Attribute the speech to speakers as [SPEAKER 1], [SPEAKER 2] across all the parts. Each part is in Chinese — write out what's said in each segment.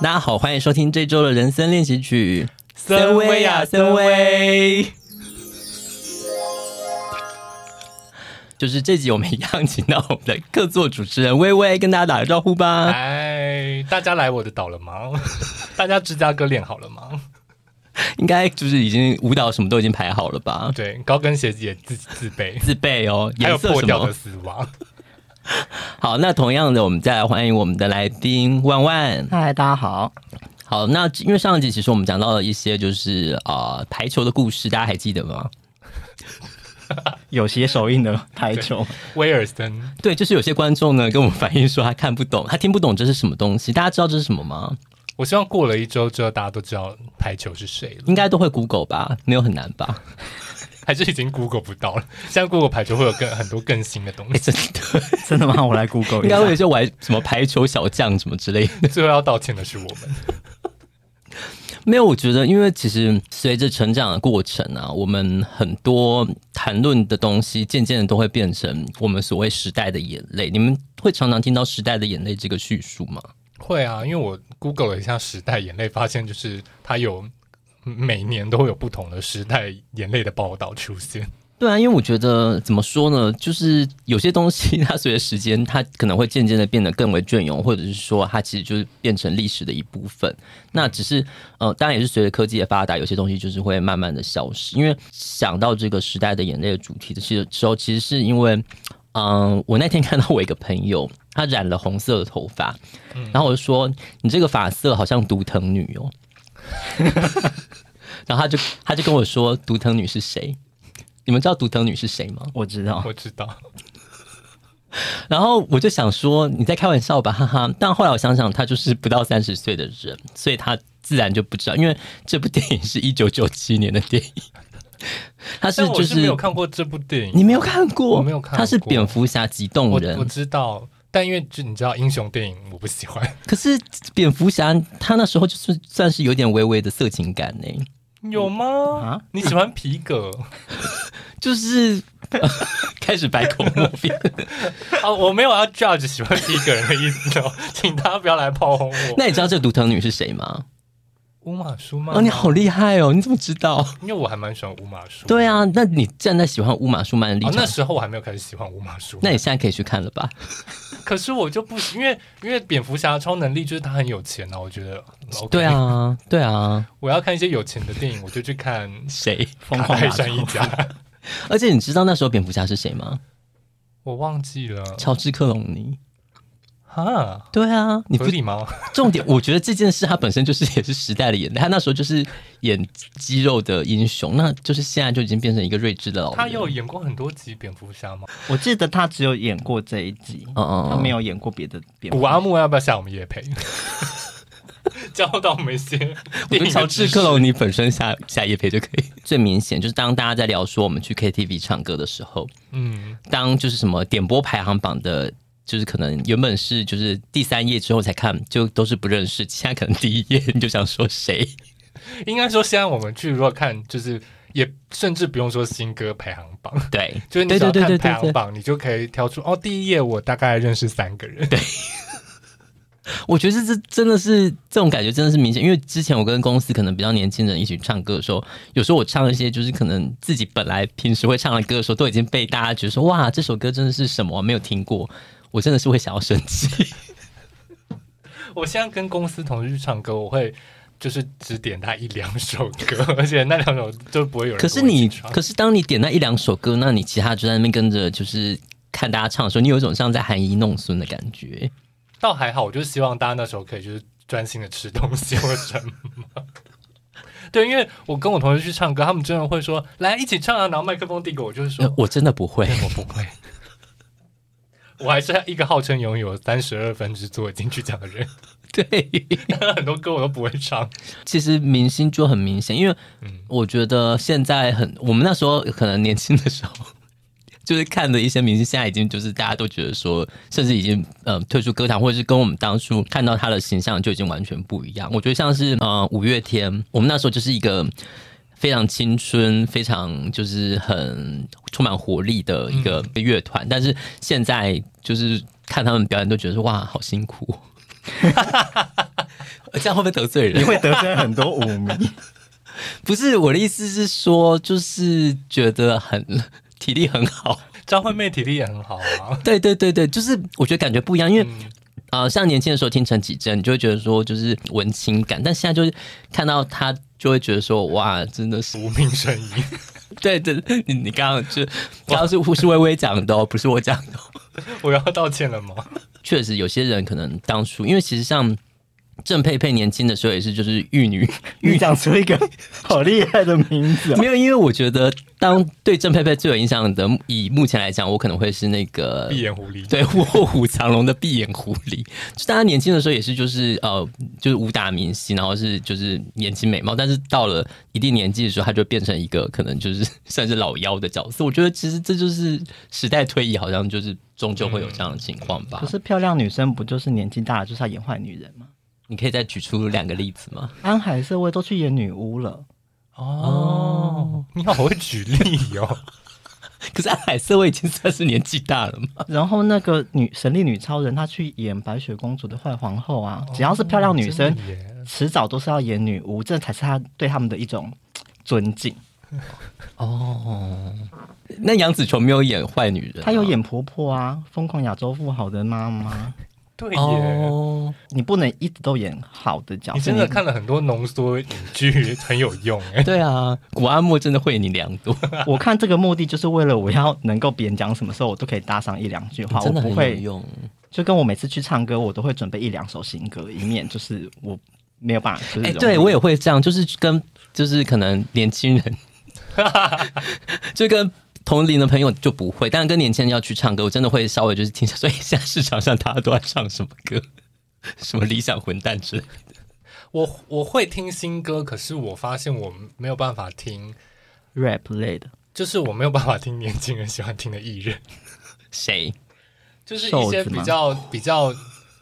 [SPEAKER 1] 大家好，欢迎收听这周的人生练习曲。
[SPEAKER 2] 森威啊森
[SPEAKER 1] 威。就是这集我们一样请到我们的客座主持人微微，跟大家打个招呼吧。
[SPEAKER 2] 哎，大家来我的岛了吗？ 大家芝加哥练好了吗？
[SPEAKER 1] 应该就是已经舞蹈什么都已经排好了吧？
[SPEAKER 2] 对，高跟鞋也自自备，
[SPEAKER 1] 自备哦，
[SPEAKER 2] 还有
[SPEAKER 1] 颜色
[SPEAKER 2] 破
[SPEAKER 1] 什
[SPEAKER 2] 掉
[SPEAKER 1] 么
[SPEAKER 2] 的？丝袜。
[SPEAKER 1] 好，那同样的，我们再来欢迎我们的来宾万万。
[SPEAKER 3] 嗨，大家好。
[SPEAKER 1] 好，那因为上一集其实我们讲到了一些就是呃排球的故事，大家还记得吗？
[SPEAKER 3] 有写手印的台球，
[SPEAKER 2] 威尔森，
[SPEAKER 1] 对，就是有些观众呢跟我们反映说他看不懂，他听不懂这是什么东西。大家知道这是什么吗？
[SPEAKER 2] 我希望过了一周之后，大家都知道排球是谁了，
[SPEAKER 1] 应该都会 Google 吧，没有很难 吧？
[SPEAKER 2] 还是已经 Google 不到了？现在 Google 排球会有更很多更新的东
[SPEAKER 1] 哎
[SPEAKER 2] 西，
[SPEAKER 1] 真的，
[SPEAKER 3] 真的 吗？我来 Google
[SPEAKER 1] 应
[SPEAKER 3] 一下
[SPEAKER 1] 该。会有一些玩什么排球小将什么之类的。
[SPEAKER 2] 最后要道歉的是我们。
[SPEAKER 1] 没有，我觉得，因为其实随着成长的过程啊，我们很多谈论的东西，渐渐的都会变成我们所谓时代的眼泪。你们会常常听到“时代的眼泪”这个叙述吗？
[SPEAKER 2] 会啊，因为我 Google 了一下时代眼泪，发现就是它有每年都会有不同的时代眼泪的报道出现。
[SPEAKER 1] 对啊，因为我觉得怎么说呢，就是有些东西它随着时间，它可能会渐渐的变得更为隽永，或者是说它其实就是变成历史的一部分。那只是呃，当然也是随着科技的发达，有些东西就是会慢慢的消失。因为想到这个时代的眼泪的主题的时时候，其实是因为，嗯、我那天看到我一个朋友，他染了红色的头发，然后我就说你这个发色好像独藤女哦，然后他就他就跟我说独藤女是谁？你们知道独藤女是谁吗？
[SPEAKER 3] 我知道，
[SPEAKER 2] 我知道，
[SPEAKER 1] 然后我就想说你在开玩笑吧，哈哈。但后来我想想，他就是不到三十岁的人，所以他自然就不知道，因为这部电影是一九九七年的电影， 他是
[SPEAKER 2] 但我
[SPEAKER 1] 就是
[SPEAKER 2] 没有看过这部电影，
[SPEAKER 1] 你没有看过，
[SPEAKER 2] 我没有看过
[SPEAKER 1] 他是蝙蝠侠极冻
[SPEAKER 2] 我
[SPEAKER 1] 人
[SPEAKER 2] 我，知道，但因为就你知道英雄电影我不喜欢，
[SPEAKER 1] 可是蝙蝠侠他那时候就是算是有点微微的色情感呢、
[SPEAKER 2] 有吗？
[SPEAKER 3] 啊
[SPEAKER 2] 你喜欢皮革
[SPEAKER 1] 就是、呃 开始百口莫辩。
[SPEAKER 2] 啊？我没有要 judge 喜欢皮革人的意思哦，请大家不要来炮轰我。
[SPEAKER 1] 那你知道这个独藤女是谁吗？
[SPEAKER 2] 乌马舒曼
[SPEAKER 1] 哦，你好，厉害哦，你怎么知道？
[SPEAKER 2] 因为我还蛮喜欢乌马舒。
[SPEAKER 1] 对，啊，那你站在喜欢乌马舒曼的立
[SPEAKER 2] 哦，
[SPEAKER 1] 场，
[SPEAKER 2] 那时候我还没有开始喜欢乌马舒。
[SPEAKER 1] 那你现在可以去看了吧？
[SPEAKER 2] 可是我就不喜，因为因为蝙蝠侠的超能力就是他很有钱啊，我觉得。OK
[SPEAKER 1] 对，啊，对啊，
[SPEAKER 2] 我要看一些有钱的电影，我就去看《
[SPEAKER 1] 谁？
[SPEAKER 3] 疯
[SPEAKER 2] 卡
[SPEAKER 3] 狂
[SPEAKER 2] 戴
[SPEAKER 3] 打
[SPEAKER 2] 珊一
[SPEAKER 3] 球。
[SPEAKER 2] 家》，
[SPEAKER 1] 而且你知道那时候蝙蝠侠是谁吗？
[SPEAKER 2] 我忘记了。
[SPEAKER 1] 乔治克隆尼。
[SPEAKER 2] 哈，
[SPEAKER 1] 对啊，你不
[SPEAKER 2] 合理吗？
[SPEAKER 1] 重点？我觉得这件事它本身就是也是时代的眼泪，他那时候就是演肌肉的英雄，那就是现在就已经变成一个睿智的老人。嗯
[SPEAKER 2] 他有演过很多集蝙蝠侠吗？
[SPEAKER 3] 我记得他只有演过这一集，
[SPEAKER 1] 嗯嗯，
[SPEAKER 3] 他没
[SPEAKER 1] 有。
[SPEAKER 3] 有演过别的蝙
[SPEAKER 2] 古
[SPEAKER 3] 蝠。
[SPEAKER 2] 阿木要不要下我们夜 陪？教导我们一些
[SPEAKER 1] 我跟
[SPEAKER 2] 电影
[SPEAKER 1] 乔
[SPEAKER 2] 的
[SPEAKER 1] 治
[SPEAKER 2] 知
[SPEAKER 1] 克
[SPEAKER 2] 识。
[SPEAKER 1] 隆尼本身下下夜陪就可以。最明显就是当大家在聊说我们去 KTV 唱歌的时候，
[SPEAKER 2] 嗯，
[SPEAKER 1] 当就是什么点播排行榜的，就是可能原本是就是第三页之后才看，就都是不认识，现在可能第一页你就想说谁？
[SPEAKER 2] 应该说现在我们去如果看，就是也甚至不用说新歌排行榜，
[SPEAKER 1] 对，
[SPEAKER 2] 就是你
[SPEAKER 1] 对
[SPEAKER 2] 只
[SPEAKER 1] 对对
[SPEAKER 2] 要看
[SPEAKER 1] 对
[SPEAKER 2] 排
[SPEAKER 1] 对
[SPEAKER 2] 行
[SPEAKER 1] 对，
[SPEAKER 2] 榜，你就可以挑出哦，第一页我大概认识三个人。对，
[SPEAKER 1] 我觉得这真的是这种感觉真的是明显，因为之前我跟公司可能比较年轻人一起唱歌的时候，有时候我唱一些就是可能自己本来平时会唱的歌的时候，都已经被大家觉得说哇这首歌真的是什么没有听过，我真的是会想要生气。
[SPEAKER 2] 我现在跟公司同事去唱歌，我会。就是只点他一两首歌，而且那两首就不会有人
[SPEAKER 1] 可
[SPEAKER 2] 跟我一起
[SPEAKER 1] 是
[SPEAKER 2] 唱。
[SPEAKER 1] 你，可是当你点那一两首歌，那你其他就在那边跟着就是看大家唱的时候，你有一种像在含饴弄孙的感觉。
[SPEAKER 2] 倒还好，我就希望大家那时候可以就是专心的吃东西或什么。对，因为我跟我同学去唱歌，他们真的会说来一起唱啊，然后麦克风递给我，就是说
[SPEAKER 1] 呃我真的不会
[SPEAKER 2] 对， 我不会，我还是一个号称拥有三十二分之作金曲奖的 人，
[SPEAKER 1] 对。
[SPEAKER 2] 但很多歌我都不会唱。
[SPEAKER 1] 其实明星就很明显，因为
[SPEAKER 2] 嗯
[SPEAKER 1] 我觉得现在很，我们那时候可能年轻的时候， 就是看的一些明星，现在已经就是大家都觉得说，甚至已经呃退出歌坛，或者是跟我们当初看到他的形象就已经完全不一样。我觉得像是呃五月天，我们那时候就是一个。非常青春，非常就是很充满活力的一个
[SPEAKER 3] 嗯
[SPEAKER 1] 乐团，但是现 在就是看他们表演都觉得说哇，好辛苦哦。 这样会不会得罪
[SPEAKER 3] 你
[SPEAKER 1] 人？
[SPEAKER 3] 会得罪很多舞 迷。
[SPEAKER 1] 不是我的意思是说，就是觉得很 体力很好。
[SPEAKER 2] 张惠妹体力也很好啊。
[SPEAKER 1] 对对对对，就是我觉得感觉不一样，因为
[SPEAKER 2] 嗯，
[SPEAKER 1] 呃，像年轻的时候听陈绮贞，你就会觉得说就是文青感，但现在就是看到她，就会觉得说哇，真的是
[SPEAKER 2] 无名声音，
[SPEAKER 1] 对对，你你刚刚 就刚刚是是微微讲的哦，不是我讲的哦、
[SPEAKER 2] 我要道歉 了吗？
[SPEAKER 1] 确实有些人可能当初，因为其实像郑佩佩年轻的时候也是就是玉女，
[SPEAKER 3] 你讲出一个好厉害的名字、哦，
[SPEAKER 1] 没有，因为我觉得当对郑佩佩最有印象的，以目前来讲，我可能会是那个
[SPEAKER 2] 闭眼狐狸，
[SPEAKER 1] 对卧虎藏龙的闭眼狐狸，就大家年轻的时候也是就是呃就是武打明星，然后是就是年轻美貌，但是到了一定年纪的时候，他就变成一个可能就是 算是老妖的角色。我觉得其实这就是时代推移，好像就是终究会有这样的情况吧。
[SPEAKER 3] 可是漂亮女生不就是年纪大了就是要演坏女人吗？
[SPEAKER 1] 你可以再举出两个例子吗？
[SPEAKER 3] 安海瑟薇都去演女巫了，
[SPEAKER 2] 哦，你好会举例 哦。
[SPEAKER 1] 可是安海瑟薇已经算是年纪大了嘛，
[SPEAKER 3] 然后那个女神力女超人她去演白雪公主的坏皇后啊，只要是漂亮女生
[SPEAKER 2] 哦真，的耶
[SPEAKER 3] 迟早都是要演女巫，这才是她对他们的一种尊敬。
[SPEAKER 1] 那杨紫琼没哦有演坏女人、啊
[SPEAKER 3] 她有。演婆婆啊，《疯狂亚洲富豪》的妈妈，
[SPEAKER 2] 对耶，
[SPEAKER 1] 哦，
[SPEAKER 3] 你不能一直都演好的角色。
[SPEAKER 2] 你真的看了很多浓缩影剧，很有用哎。
[SPEAKER 1] 对啊，古阿莫真的会你良多，
[SPEAKER 3] 我看这个目的就是为了我要能够别人讲什么时候我都可以搭上一两句话，我
[SPEAKER 1] 真的很
[SPEAKER 3] 不
[SPEAKER 1] 有
[SPEAKER 3] 会
[SPEAKER 1] 用。
[SPEAKER 3] 就跟我每次去唱歌，我都会准备一两首新歌，以免就是我没有办法。就是
[SPEAKER 1] 哎、
[SPEAKER 3] 融入、
[SPEAKER 1] 对我也会这样，就是跟就是可能年轻 人，就跟同龄的朋友就不会，但跟年轻人要去唱歌，我真的会稍微就是听一下， 所以现在市场上大家都在唱什么歌， 什么理想混蛋之类的。
[SPEAKER 2] 我我会听新歌，可是我发现我没有办法听，
[SPEAKER 3] rap 类的，
[SPEAKER 2] 就是我没有办法听年轻人喜欢听的艺人，
[SPEAKER 1] 谁？
[SPEAKER 2] 就是一
[SPEAKER 3] 瘦
[SPEAKER 2] 些
[SPEAKER 3] 子
[SPEAKER 2] 比
[SPEAKER 3] 吗
[SPEAKER 2] 较比较。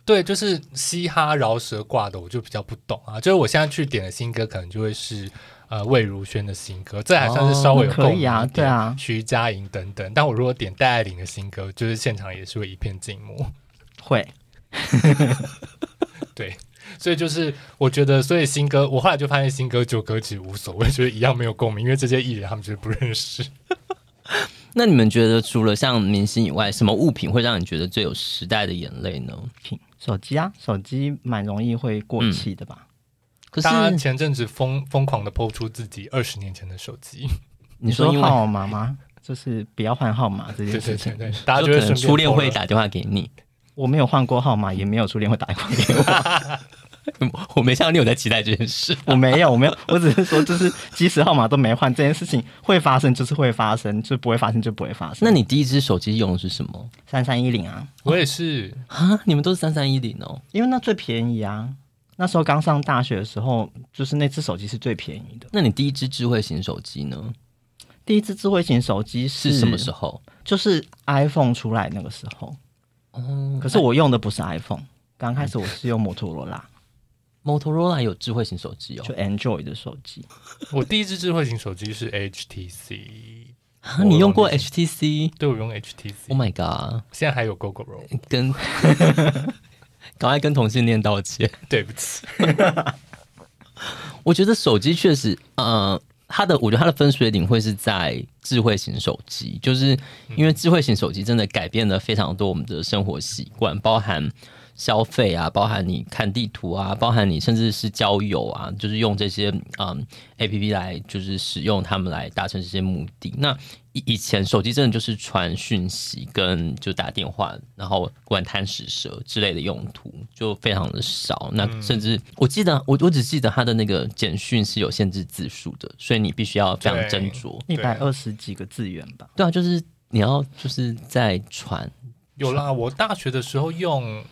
[SPEAKER 2] 对，就是嘻哈饶舌挂的，我就比较不懂啊。就是我现在去点的新歌，可能就会是呃魏如萱的新歌，这还算是稍微有
[SPEAKER 3] 哦那
[SPEAKER 2] 共
[SPEAKER 3] 可
[SPEAKER 2] 鸣一
[SPEAKER 3] 以
[SPEAKER 2] 点、
[SPEAKER 3] 啊对啊
[SPEAKER 2] 徐佳莹等等。但我如果点戴爱玲的新歌，就是现场也是会一片静默。
[SPEAKER 3] 会
[SPEAKER 2] 对，所以就是我觉得，所以新歌，我后来就发现新歌旧歌其实无所谓，就是一样没有共鸣，因为这些艺人他们就是不认识。
[SPEAKER 1] 那你们觉得除了像明星以外，什么物品会让你觉得最有时代的眼泪呢？
[SPEAKER 3] 品手机啊，手机蛮容易会过期的吧？
[SPEAKER 1] 嗯可是
[SPEAKER 2] 他前阵子疯疯狂的抛出自己二十年前的手机，
[SPEAKER 1] 你说因为
[SPEAKER 3] 号码吗？就是不要换号码这
[SPEAKER 2] 对
[SPEAKER 3] 件
[SPEAKER 2] 对
[SPEAKER 3] 事
[SPEAKER 2] 对
[SPEAKER 3] 情，
[SPEAKER 2] 对，大家
[SPEAKER 1] 就
[SPEAKER 2] 就会
[SPEAKER 1] 可
[SPEAKER 2] 顺
[SPEAKER 1] 能
[SPEAKER 2] 便
[SPEAKER 1] 初恋
[SPEAKER 2] po
[SPEAKER 1] 会
[SPEAKER 2] 了。
[SPEAKER 1] 打电话给 你，
[SPEAKER 3] 我没有换过号码，也没有初恋会打过给我，
[SPEAKER 1] 我没想到你有在期待这件事。
[SPEAKER 3] 我没有，我没有，我只是说，就是即使号码都没换，这件事情会发生，就是会发生，就不会发生就不会发生。
[SPEAKER 1] 那你第一只手机用的是什么
[SPEAKER 3] 三三一零啊，
[SPEAKER 2] 我也是，
[SPEAKER 1] 啊？你们都是三三一零哦。
[SPEAKER 3] 因为那最便宜啊。那时候刚上大学的时候，就是那只手机是最便宜的。
[SPEAKER 1] 那你第一只智慧型手机呢？
[SPEAKER 3] 第一只智慧型手机
[SPEAKER 1] 是什么时候？
[SPEAKER 3] 就是 iPhone 出来那个时候。
[SPEAKER 1] 哦，嗯
[SPEAKER 3] 可是我用的不是 iPhone，刚开始我是用摩托罗拉，
[SPEAKER 1] Motorola 有智慧型手机哦
[SPEAKER 3] 就。Android 的手机。
[SPEAKER 2] 我第一只智慧型手机是 HTC，
[SPEAKER 1] 啊，你用过
[SPEAKER 2] 我用
[SPEAKER 1] HTC？
[SPEAKER 2] 对我用 HTC，、
[SPEAKER 1] Oh my god！
[SPEAKER 2] 现在还有 GoGoRo，
[SPEAKER 1] 跟赶快跟同性恋道歉。
[SPEAKER 2] 对不起，
[SPEAKER 1] 我觉得手机确实，呃，它的我觉得它的分水岭会是在智慧型手机，就是因为智慧型手机真的改变了非常多我们的生活习惯，包含消费啊，包含你看地图啊，包含你甚至是交友啊，就是用这些嗯 A P P 来就是使用它们来达成这些目的。那以以前手机真的就是传讯息跟就打电话，然后管贪食蛇之类的用途就非常的少。那
[SPEAKER 2] 嗯
[SPEAKER 1] 甚至我记得我我只记得它的那个简讯是有限制字数的，所以你必须要非常
[SPEAKER 2] 对
[SPEAKER 1] 斟酌。
[SPEAKER 3] 一百二十几个字元吧。
[SPEAKER 1] 对啊，就是你要就是在传，
[SPEAKER 2] 有啦，我大学的时候用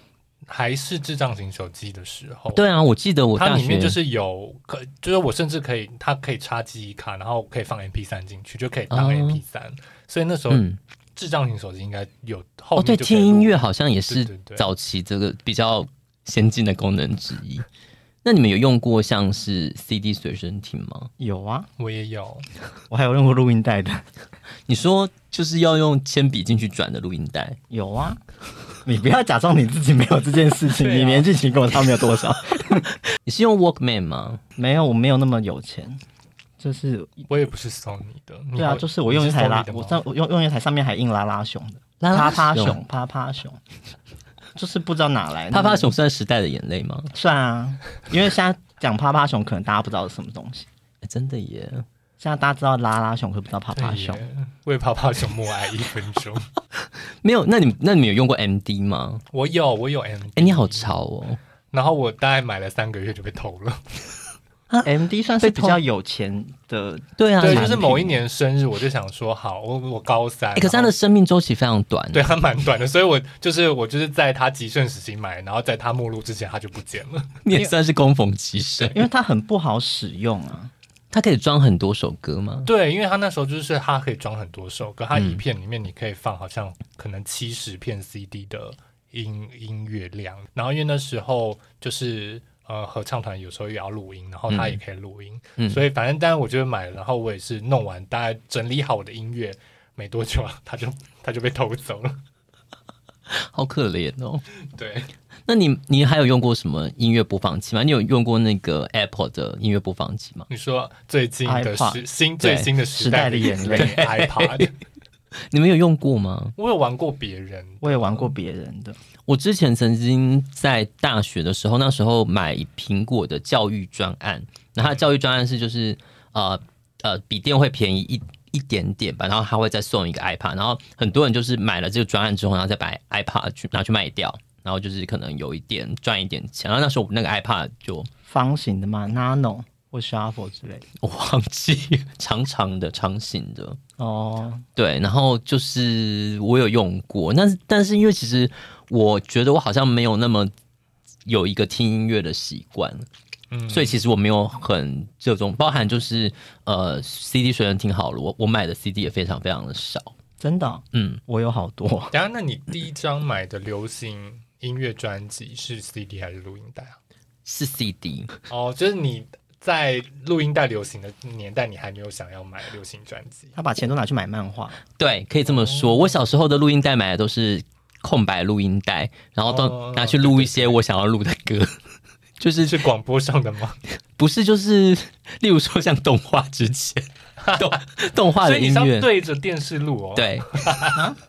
[SPEAKER 2] 还是智障型手机的时候，
[SPEAKER 1] 对啊，我记得我
[SPEAKER 2] 它
[SPEAKER 1] 大
[SPEAKER 2] 里
[SPEAKER 1] 学
[SPEAKER 2] 面就是有可，就是我甚至可以，它可以插记忆卡，然后可以放 MP 三进去，就可以当
[SPEAKER 1] 哦
[SPEAKER 2] MP 三、所以那时候
[SPEAKER 1] 嗯
[SPEAKER 2] 智障型手机应该有后
[SPEAKER 1] 哦，
[SPEAKER 2] 面
[SPEAKER 1] 对，
[SPEAKER 2] 就可以
[SPEAKER 1] 听音乐
[SPEAKER 2] 录
[SPEAKER 1] 好像也是
[SPEAKER 2] 对对对
[SPEAKER 1] 早期这个比较先进的功能之一。那你们有用过像是 CD 随身听吗？
[SPEAKER 3] 有啊，
[SPEAKER 2] 我也有，
[SPEAKER 3] 我还有用过录音带的。
[SPEAKER 1] 你说就是要用铅笔进去转的录音带，
[SPEAKER 3] 有啊， 你不要假装你自己没有这件事 情，
[SPEAKER 2] 对啊
[SPEAKER 3] 你年纪其实跟我差没有多少。
[SPEAKER 1] 你是用 Walkman 吗？
[SPEAKER 3] 没有，我没有那么有钱，就是
[SPEAKER 2] 我也不是送你的，你
[SPEAKER 3] 对啊，
[SPEAKER 2] 会
[SPEAKER 3] 就是我用一
[SPEAKER 2] 你
[SPEAKER 3] 台
[SPEAKER 2] 送，
[SPEAKER 3] 拉
[SPEAKER 2] 你的
[SPEAKER 3] 我
[SPEAKER 2] 吗
[SPEAKER 3] 上我用用一台上面还印拉拉熊的，
[SPEAKER 1] 拉
[SPEAKER 3] 啪
[SPEAKER 1] 拉
[SPEAKER 3] 啪
[SPEAKER 1] 熊
[SPEAKER 3] 熊，啪啪熊， 就是不知道哪来的
[SPEAKER 1] 啪啪熊算时代的眼泪吗？
[SPEAKER 3] 算啊，因为现在讲啪啪熊，可能大家不知道是什么东西。
[SPEAKER 1] 哎真的耶！
[SPEAKER 3] 现在大家知道拉拉熊，可不知道啪
[SPEAKER 2] 对
[SPEAKER 3] 啪
[SPEAKER 2] 耶
[SPEAKER 3] 熊。
[SPEAKER 2] 为啪啪熊默哀一分钟。
[SPEAKER 1] 没有，那你那你有用过 MD 吗？
[SPEAKER 2] 我有，我有 M，
[SPEAKER 1] 哎、你好潮哦！
[SPEAKER 2] 然后我大概买了三个月就被偷了。
[SPEAKER 3] M D 算是
[SPEAKER 1] 被
[SPEAKER 3] 比
[SPEAKER 1] 偷
[SPEAKER 3] 较有钱的，
[SPEAKER 1] 对啊，
[SPEAKER 2] 对，
[SPEAKER 1] 你
[SPEAKER 2] 就是某一年生日，我就想说好，我我高三，
[SPEAKER 1] 哎可是它
[SPEAKER 2] 然后
[SPEAKER 1] 的生命周期非常短。
[SPEAKER 2] 对，它蛮短的，所以我就是我就是在它极盛时期买，然后在它没落之前它就不见了。
[SPEAKER 1] 你也算是供逢其盛。
[SPEAKER 3] 因为它很不好使用啊。
[SPEAKER 1] 它可以装很多首歌吗？
[SPEAKER 2] 对，因为它那时候就是它可以装很多首歌，它
[SPEAKER 3] 嗯
[SPEAKER 2] 一片里面你可以放好像可能七十片 CD 的音音乐量，然后因为那时候就是。呃，合唱团有时候也要录音，然后它也可以录音，
[SPEAKER 1] 嗯
[SPEAKER 2] 所以反正当然我就买了，然后我也是弄完，大概整理好我的音乐，没多久啊，它就它就被偷走 了。
[SPEAKER 1] 好可怜哦。
[SPEAKER 2] 对，
[SPEAKER 1] 那你你还有用过什么音乐播放器吗？你有用过那个 Apple 的音乐播放器吗？
[SPEAKER 2] 你说最近的
[SPEAKER 3] iPod
[SPEAKER 2] 时新
[SPEAKER 1] 对
[SPEAKER 2] 最新的
[SPEAKER 3] 时代的眼泪
[SPEAKER 2] 对 iPad，
[SPEAKER 1] 你们有用过吗？
[SPEAKER 2] 我有玩过别人，
[SPEAKER 3] 我也玩过别人的，
[SPEAKER 1] 我之前曾经在大学的时候，那时候买苹果的教育专案，那它的教育专案是就是呃呃比电会便宜一一点点吧，然后它会再送一个 iPad，然后很多人就是买了这个专案之后，然后再把 iPad 去拿去卖掉，然后就是可能有一点赚一点钱，然后那时候我那个 iPad 就
[SPEAKER 3] 方形的嘛，Nano 或 Shuffle 之类的。
[SPEAKER 1] 我忘记 长长的长形的，
[SPEAKER 3] 哦，
[SPEAKER 1] 对，然后就是我有用过，但是但是因为其实我觉得我好像没有那么有一个听音乐的习惯，
[SPEAKER 2] 嗯，
[SPEAKER 1] 所以其实我没有很热衷，包含就是呃 CD 随身听好了，我我买的 CD 也非常非常的少，
[SPEAKER 3] 真的哦、
[SPEAKER 1] 嗯，
[SPEAKER 3] 我有好 多。
[SPEAKER 2] 等一下，那你第一张买的流行音乐专辑是 CD 还是录音带啊？
[SPEAKER 1] 是 CD，
[SPEAKER 2] 哦，就是你在录音带流行的年代，你还没有想要买流行专辑。
[SPEAKER 3] 他把钱都拿去买漫画，
[SPEAKER 1] 对，可以这么
[SPEAKER 2] 哦
[SPEAKER 1] 说，我小时候的录音带买的都是空白录音带，然后
[SPEAKER 2] 哦
[SPEAKER 1] 都拿去录一些我想要录的歌， 就是
[SPEAKER 2] 是广播上的 吗？
[SPEAKER 1] 不是就是 例如说像动画之前。动动画
[SPEAKER 2] 所
[SPEAKER 1] 的
[SPEAKER 2] 以你
[SPEAKER 1] 音
[SPEAKER 2] 是
[SPEAKER 1] 乐
[SPEAKER 2] 要，对着电视录哦。，
[SPEAKER 1] 对，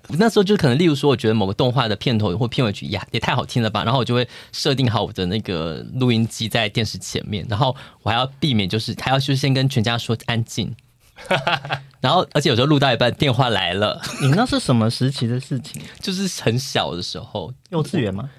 [SPEAKER 1] 那时候就可能，例如说，我觉得某个动画的片头或片尾曲呀也太好听了吧，然后我就会设定好我的那个录音机在电视前面，然后我还要避免就是还要就是先跟全家说安静， 然后而且有时候录到一半电话来了，
[SPEAKER 3] 你那是什么时期的事情？
[SPEAKER 1] 就是很小的时候，
[SPEAKER 3] 幼稚园吗？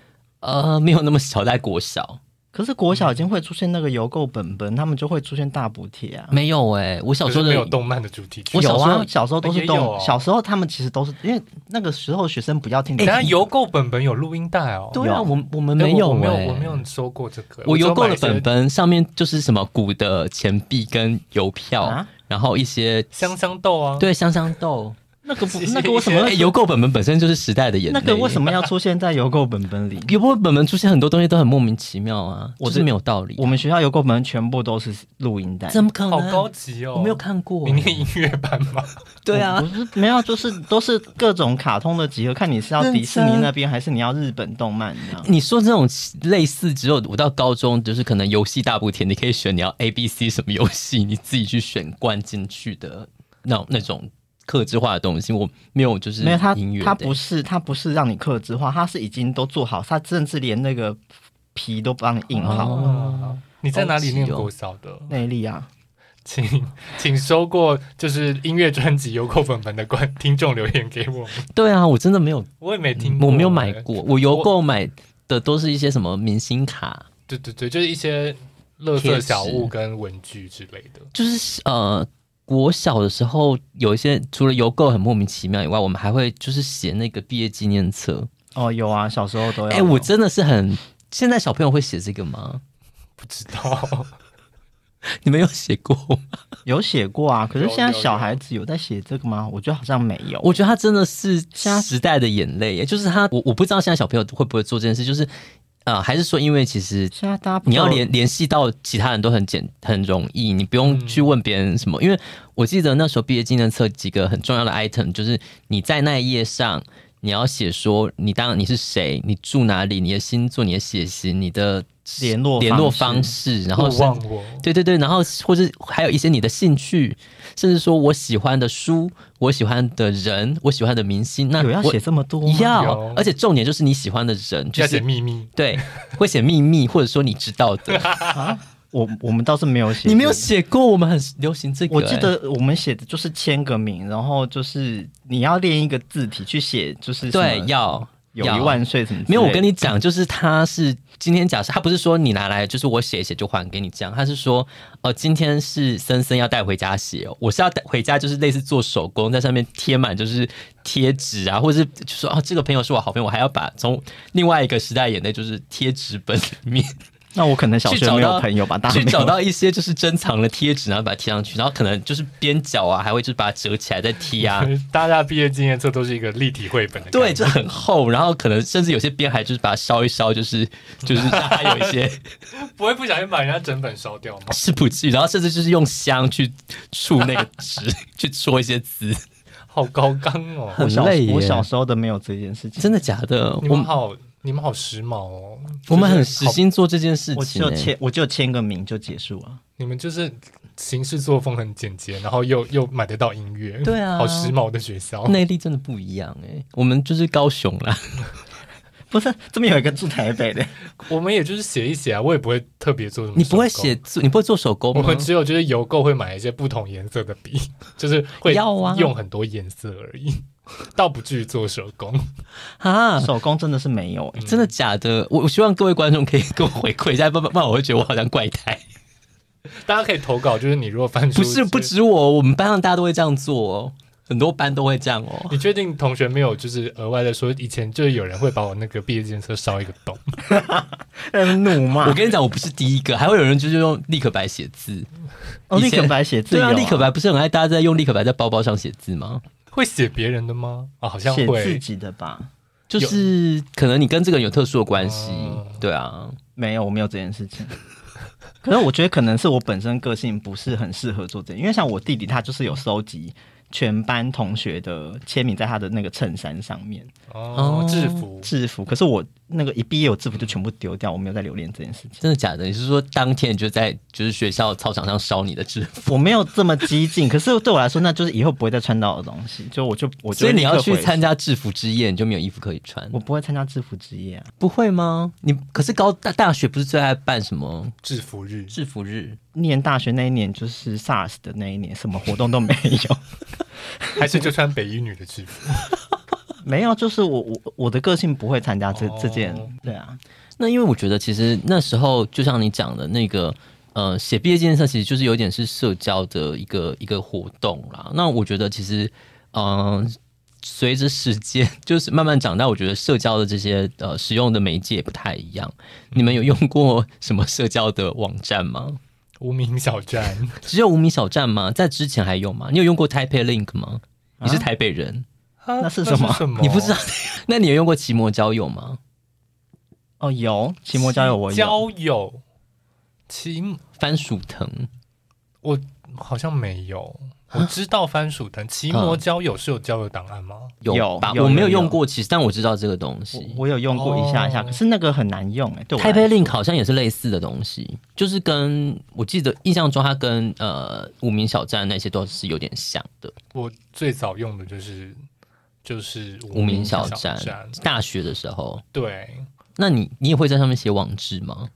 [SPEAKER 1] 呃，没有那么小，在国小
[SPEAKER 3] 可是国小已经会出现那个邮购本本，他们就会出现大补贴啊。
[SPEAKER 1] 没有哎、我小
[SPEAKER 2] 可
[SPEAKER 1] 时
[SPEAKER 2] 是
[SPEAKER 1] 候
[SPEAKER 2] 没有
[SPEAKER 1] 的
[SPEAKER 2] 动漫的主题曲。
[SPEAKER 1] 我小
[SPEAKER 3] 有
[SPEAKER 1] 时候
[SPEAKER 3] 啊，小时候都是
[SPEAKER 2] 也有
[SPEAKER 3] 动
[SPEAKER 2] 哦，
[SPEAKER 3] 小时候他们其实都是因为那个时候学生不要听。
[SPEAKER 2] 等一下邮 购本本有录音带哦。
[SPEAKER 1] 哎对啊，
[SPEAKER 3] 有
[SPEAKER 1] 我我们
[SPEAKER 2] 哎
[SPEAKER 1] 没
[SPEAKER 2] 我
[SPEAKER 1] 有、
[SPEAKER 2] 我
[SPEAKER 1] 欸、
[SPEAKER 2] 没有，我没有收过这个。
[SPEAKER 1] 我邮购
[SPEAKER 2] 只有买
[SPEAKER 1] 了
[SPEAKER 2] 一些
[SPEAKER 1] 本本，上面就是什么鼓的钱币跟邮票，
[SPEAKER 3] 啊
[SPEAKER 1] 然后一些
[SPEAKER 2] 香香豆啊。
[SPEAKER 1] 对香香豆。
[SPEAKER 3] 那个不
[SPEAKER 2] 谢谢
[SPEAKER 3] 那个为什么
[SPEAKER 1] 哎，邮购本本本身就是时代的眼泪。
[SPEAKER 3] 那个为什么要出现在邮购本本里？
[SPEAKER 1] 邮购本本出现很多东西都很莫名其妙啊？
[SPEAKER 3] 我
[SPEAKER 1] 我
[SPEAKER 3] 的
[SPEAKER 1] 是没有道理。
[SPEAKER 3] 我们学校邮购本本全部都是录音带，
[SPEAKER 1] 怎么可能？
[SPEAKER 2] 好高级哦！
[SPEAKER 1] 啊我没有看过
[SPEAKER 2] 你。念音乐版吗？
[SPEAKER 1] 对啊
[SPEAKER 3] 哎不，是没有，就是都是各种卡通的集合，看你是要迪士尼那边还是你要日本动漫这样。
[SPEAKER 1] 你说这种类似，只有我到高中，就是可能游戏大补贴，你可以选你要 A、B、C 什么游戏，你自己去选灌进去的那那种克制化的东西，我没有就是
[SPEAKER 3] 没有他
[SPEAKER 1] 音乐，
[SPEAKER 3] 他不是他不是让你克制化，他是已经都做好，他甚至连那个皮都帮你印好。
[SPEAKER 2] 哦，你在哪里念
[SPEAKER 1] 高级哦
[SPEAKER 2] 国小的？
[SPEAKER 3] 内力啊，
[SPEAKER 2] 请 请收过就是音乐专辑邮购本本的观听众留言给我 们，
[SPEAKER 1] 对啊，我真的没有，
[SPEAKER 2] 我也没听过、
[SPEAKER 1] 嗯我没有买
[SPEAKER 3] 欸
[SPEAKER 2] 哎。
[SPEAKER 1] 过，我邮购买的都是一些什么明星卡。
[SPEAKER 2] 对对对，就是一些乐色小物跟文具之类的。
[SPEAKER 1] 就是呃，国小的时候有一些除了邮购很莫名其妙以外，我们还会就是写那个毕业纪念册。
[SPEAKER 3] 哦有啊，小时候都要。
[SPEAKER 1] 哎、我真的是很，现在小朋友会写这个吗？
[SPEAKER 2] 不知道，
[SPEAKER 1] 你们有写过吗？
[SPEAKER 3] 有写过啊，可是
[SPEAKER 2] 有
[SPEAKER 3] 现在
[SPEAKER 2] 有
[SPEAKER 3] 小
[SPEAKER 2] 有
[SPEAKER 3] 孩子有在写这个吗？我觉得好像没有。
[SPEAKER 1] 我觉得他真的是时代的眼泪耶，就是他，我我不知道现在小朋友会不会做这件事，就是呃，还是说因为其实
[SPEAKER 3] 现在大家不
[SPEAKER 1] 你要
[SPEAKER 3] 都
[SPEAKER 1] 联联系到其他人都很简很容易，你不用
[SPEAKER 3] 嗯
[SPEAKER 1] 去问别人什么。因为我记得那时候毕业纪念册几个很重要的 item，就是你在那一页上，你要写说你当然你是谁，你住哪里，你的星座、你的血型、你的
[SPEAKER 3] 联络
[SPEAKER 1] 联络
[SPEAKER 3] 方
[SPEAKER 1] 方式， 然后
[SPEAKER 2] 勿
[SPEAKER 1] 是
[SPEAKER 2] 忘我，
[SPEAKER 1] 对对对，然后或是还有一些你的兴趣，甚至说我喜欢的书、我喜欢的人、我喜欢的明星，那
[SPEAKER 3] 有要
[SPEAKER 1] 我
[SPEAKER 3] 写这么多吗？
[SPEAKER 1] 要
[SPEAKER 2] 有，
[SPEAKER 1] 而且重点就是你喜欢的人，就
[SPEAKER 2] 要写
[SPEAKER 1] 是
[SPEAKER 2] 秘密，
[SPEAKER 1] 对，会写秘密或者说你知道的，
[SPEAKER 3] 我我们倒是没有写，
[SPEAKER 1] 你没有。写过，我们很流行这个、
[SPEAKER 3] 我记得我们写的就是签个名，然后就是你要练一个字体去写，就是
[SPEAKER 1] 哎
[SPEAKER 3] 什么
[SPEAKER 1] 对，要
[SPEAKER 3] 友
[SPEAKER 1] 要
[SPEAKER 3] 谊万岁什么之类的。
[SPEAKER 1] 没有，我跟你讲，就是他是今天假设他不是说你拿来就是我写一写就还给你这样，他是说呃今天是森森要带回家写哦，我是要带回家就是类似做手工，在上面贴满就是贴纸啊，或者是就说啊这个朋友是我好朋友，我还要把从另外一个时代眼泪就是贴纸本里 面
[SPEAKER 3] 那我可能小
[SPEAKER 1] 去
[SPEAKER 3] 学
[SPEAKER 1] 找
[SPEAKER 3] 没有
[SPEAKER 1] 到
[SPEAKER 3] 朋友吧，大家
[SPEAKER 1] 去
[SPEAKER 3] 没有
[SPEAKER 1] 找到一些就是珍藏的贴纸，然后把它贴上去，然后可能就是边角啊还会就是把它折起来再贴 啊，
[SPEAKER 2] 大家毕业纪念册都是一个立体绘本的，
[SPEAKER 1] 对，，就很厚，然后可能甚至有些边还就是把它烧一烧，就是就是让它有一 些
[SPEAKER 2] 不会不小心把人家整本烧掉吗？
[SPEAKER 1] 是不至于，然后甚至就是用香去触那个纸， 去戳一些字，
[SPEAKER 2] 好高纲哦，
[SPEAKER 3] 我小
[SPEAKER 1] 很累耶
[SPEAKER 3] 我小时候的没有这件事情，
[SPEAKER 1] 真的假的？
[SPEAKER 2] 你
[SPEAKER 1] 我们
[SPEAKER 2] 们好，你们好时髦哦，
[SPEAKER 1] 我们很
[SPEAKER 2] 就是
[SPEAKER 1] 实
[SPEAKER 2] 好
[SPEAKER 1] 心做这件事
[SPEAKER 3] 我
[SPEAKER 1] 情、
[SPEAKER 3] 就
[SPEAKER 1] 欸，
[SPEAKER 3] 签我就签个名就结束了。
[SPEAKER 2] 你们就是行事作风很简洁，然后又又买得到音乐，
[SPEAKER 1] 对啊
[SPEAKER 2] 好时髦的学校。
[SPEAKER 1] 内力真的不一样哎、我们就是高雄 啦，
[SPEAKER 3] 不是，这边有一个住台北的，
[SPEAKER 2] 我们也就是写一写啊，我也不会特别做什么。
[SPEAKER 1] 你不会写，嗯字，你不会做手工
[SPEAKER 2] 我
[SPEAKER 1] 吗
[SPEAKER 2] 们？只有就是邮购会买一些不同颜色的笔，就是会
[SPEAKER 1] 要啊
[SPEAKER 2] 用很多颜色而已，倒不至于做手工。
[SPEAKER 1] 啊，
[SPEAKER 3] 手工真的是没有、欸。
[SPEAKER 1] 真的假的？我我希望各位观众可以给我回馈一下，不不不然我会觉得我好像怪胎。
[SPEAKER 2] 大家可以投稿，就是你如果翻出
[SPEAKER 1] 不是不
[SPEAKER 2] 是，
[SPEAKER 1] 止我，我们班上大家都会这样做哦，很多班都会这样哦。
[SPEAKER 2] 你确定同学没有就是额外的说，以前就是有人会把我那个毕业纪念册烧一个洞，
[SPEAKER 3] 很怒骂
[SPEAKER 1] 我，跟你讲，我不是第一个，还会有人就是用立可白写字。
[SPEAKER 3] 哦，立
[SPEAKER 1] 以前
[SPEAKER 3] 可白写字
[SPEAKER 1] 对
[SPEAKER 3] 有、
[SPEAKER 1] 啊，立可白不是很爱大家在用立可白在包包上写字吗？
[SPEAKER 2] 会写别人的吗？啊，好像
[SPEAKER 3] 写自
[SPEAKER 2] 会。
[SPEAKER 3] 己的吧？
[SPEAKER 1] 就是可能你跟这个人有特殊的关系
[SPEAKER 2] 哦，
[SPEAKER 1] 对啊，
[SPEAKER 3] 没有，我没有这件事情。可是我觉得可能是我本身个性不是很适合做这，因为像我弟弟他就是有收集全班同学的签名在他的那个衬衫上面
[SPEAKER 2] 哦
[SPEAKER 1] 哦，
[SPEAKER 2] 制服
[SPEAKER 3] 制服，可是我那个一毕业我制服就全部丢掉，我没有在留恋这件事情。
[SPEAKER 1] 真的假的？你是说当天你就在就是学校操场上烧你的制服？
[SPEAKER 3] 我没有这么激进， 可是对我来说，那就是以后不会再穿到的东西。就我就我 就
[SPEAKER 1] 所
[SPEAKER 3] 会
[SPEAKER 1] 以你要
[SPEAKER 3] 立刻
[SPEAKER 1] 去
[SPEAKER 3] 回
[SPEAKER 1] 参，加制服之夜，你就没有衣服可以穿
[SPEAKER 3] 我？不会参加制服之夜啊。
[SPEAKER 1] 不会吗？你可是高大大学不是最爱办什么
[SPEAKER 2] 制服日，
[SPEAKER 1] 制服日？
[SPEAKER 3] 念大学那一年就是 SARS 的那一年，什么活动都没有。
[SPEAKER 2] 还是就穿北一女的制服？
[SPEAKER 3] 没有，就是我我我的个性不会参加这、
[SPEAKER 2] 哦
[SPEAKER 3] 这件，对啊，
[SPEAKER 1] 那因为我觉得，其实那时候就像你讲的那个，呃，写毕业纪念册其实就是有点是社交的一个一个活动啦。那我觉得其实，嗯、随着时间 就是慢慢长大，我觉得社交的这些呃使用的媒介也不太一样。你们有用过什么社交的网站吗？
[SPEAKER 2] 无名小站，
[SPEAKER 1] 只有无名小站吗？在之前还有吗？你有用过 Taipei Link 吗？你是台北人，
[SPEAKER 2] 那
[SPEAKER 3] 是什么
[SPEAKER 1] 你不知道？ 那你有用过奇摩交友吗？
[SPEAKER 3] 哦有期末交友我有，
[SPEAKER 2] 交友，其
[SPEAKER 1] 番薯藤
[SPEAKER 2] 好像没有。
[SPEAKER 1] 啊
[SPEAKER 2] 我知道番薯藤，奇摩交友是有交友档案吗？
[SPEAKER 3] 有
[SPEAKER 1] 吧？
[SPEAKER 3] 有
[SPEAKER 1] 我没有
[SPEAKER 3] 有
[SPEAKER 1] 用
[SPEAKER 3] 有
[SPEAKER 1] 过，其实但我知道这个东西。
[SPEAKER 3] 我我有用过一下下，
[SPEAKER 2] 哦
[SPEAKER 3] 可是那个很难用哎、对我来
[SPEAKER 1] 台
[SPEAKER 3] 说
[SPEAKER 1] 北 Link 好像也是类似的东西，就是跟我记得印象中，它跟呃无名小站那些都是有点像的。
[SPEAKER 2] 我最早用的就是就是
[SPEAKER 1] 无名小
[SPEAKER 2] 小
[SPEAKER 1] 站，大学的时候，
[SPEAKER 2] 对，
[SPEAKER 1] 那你你也会在上面写网志吗？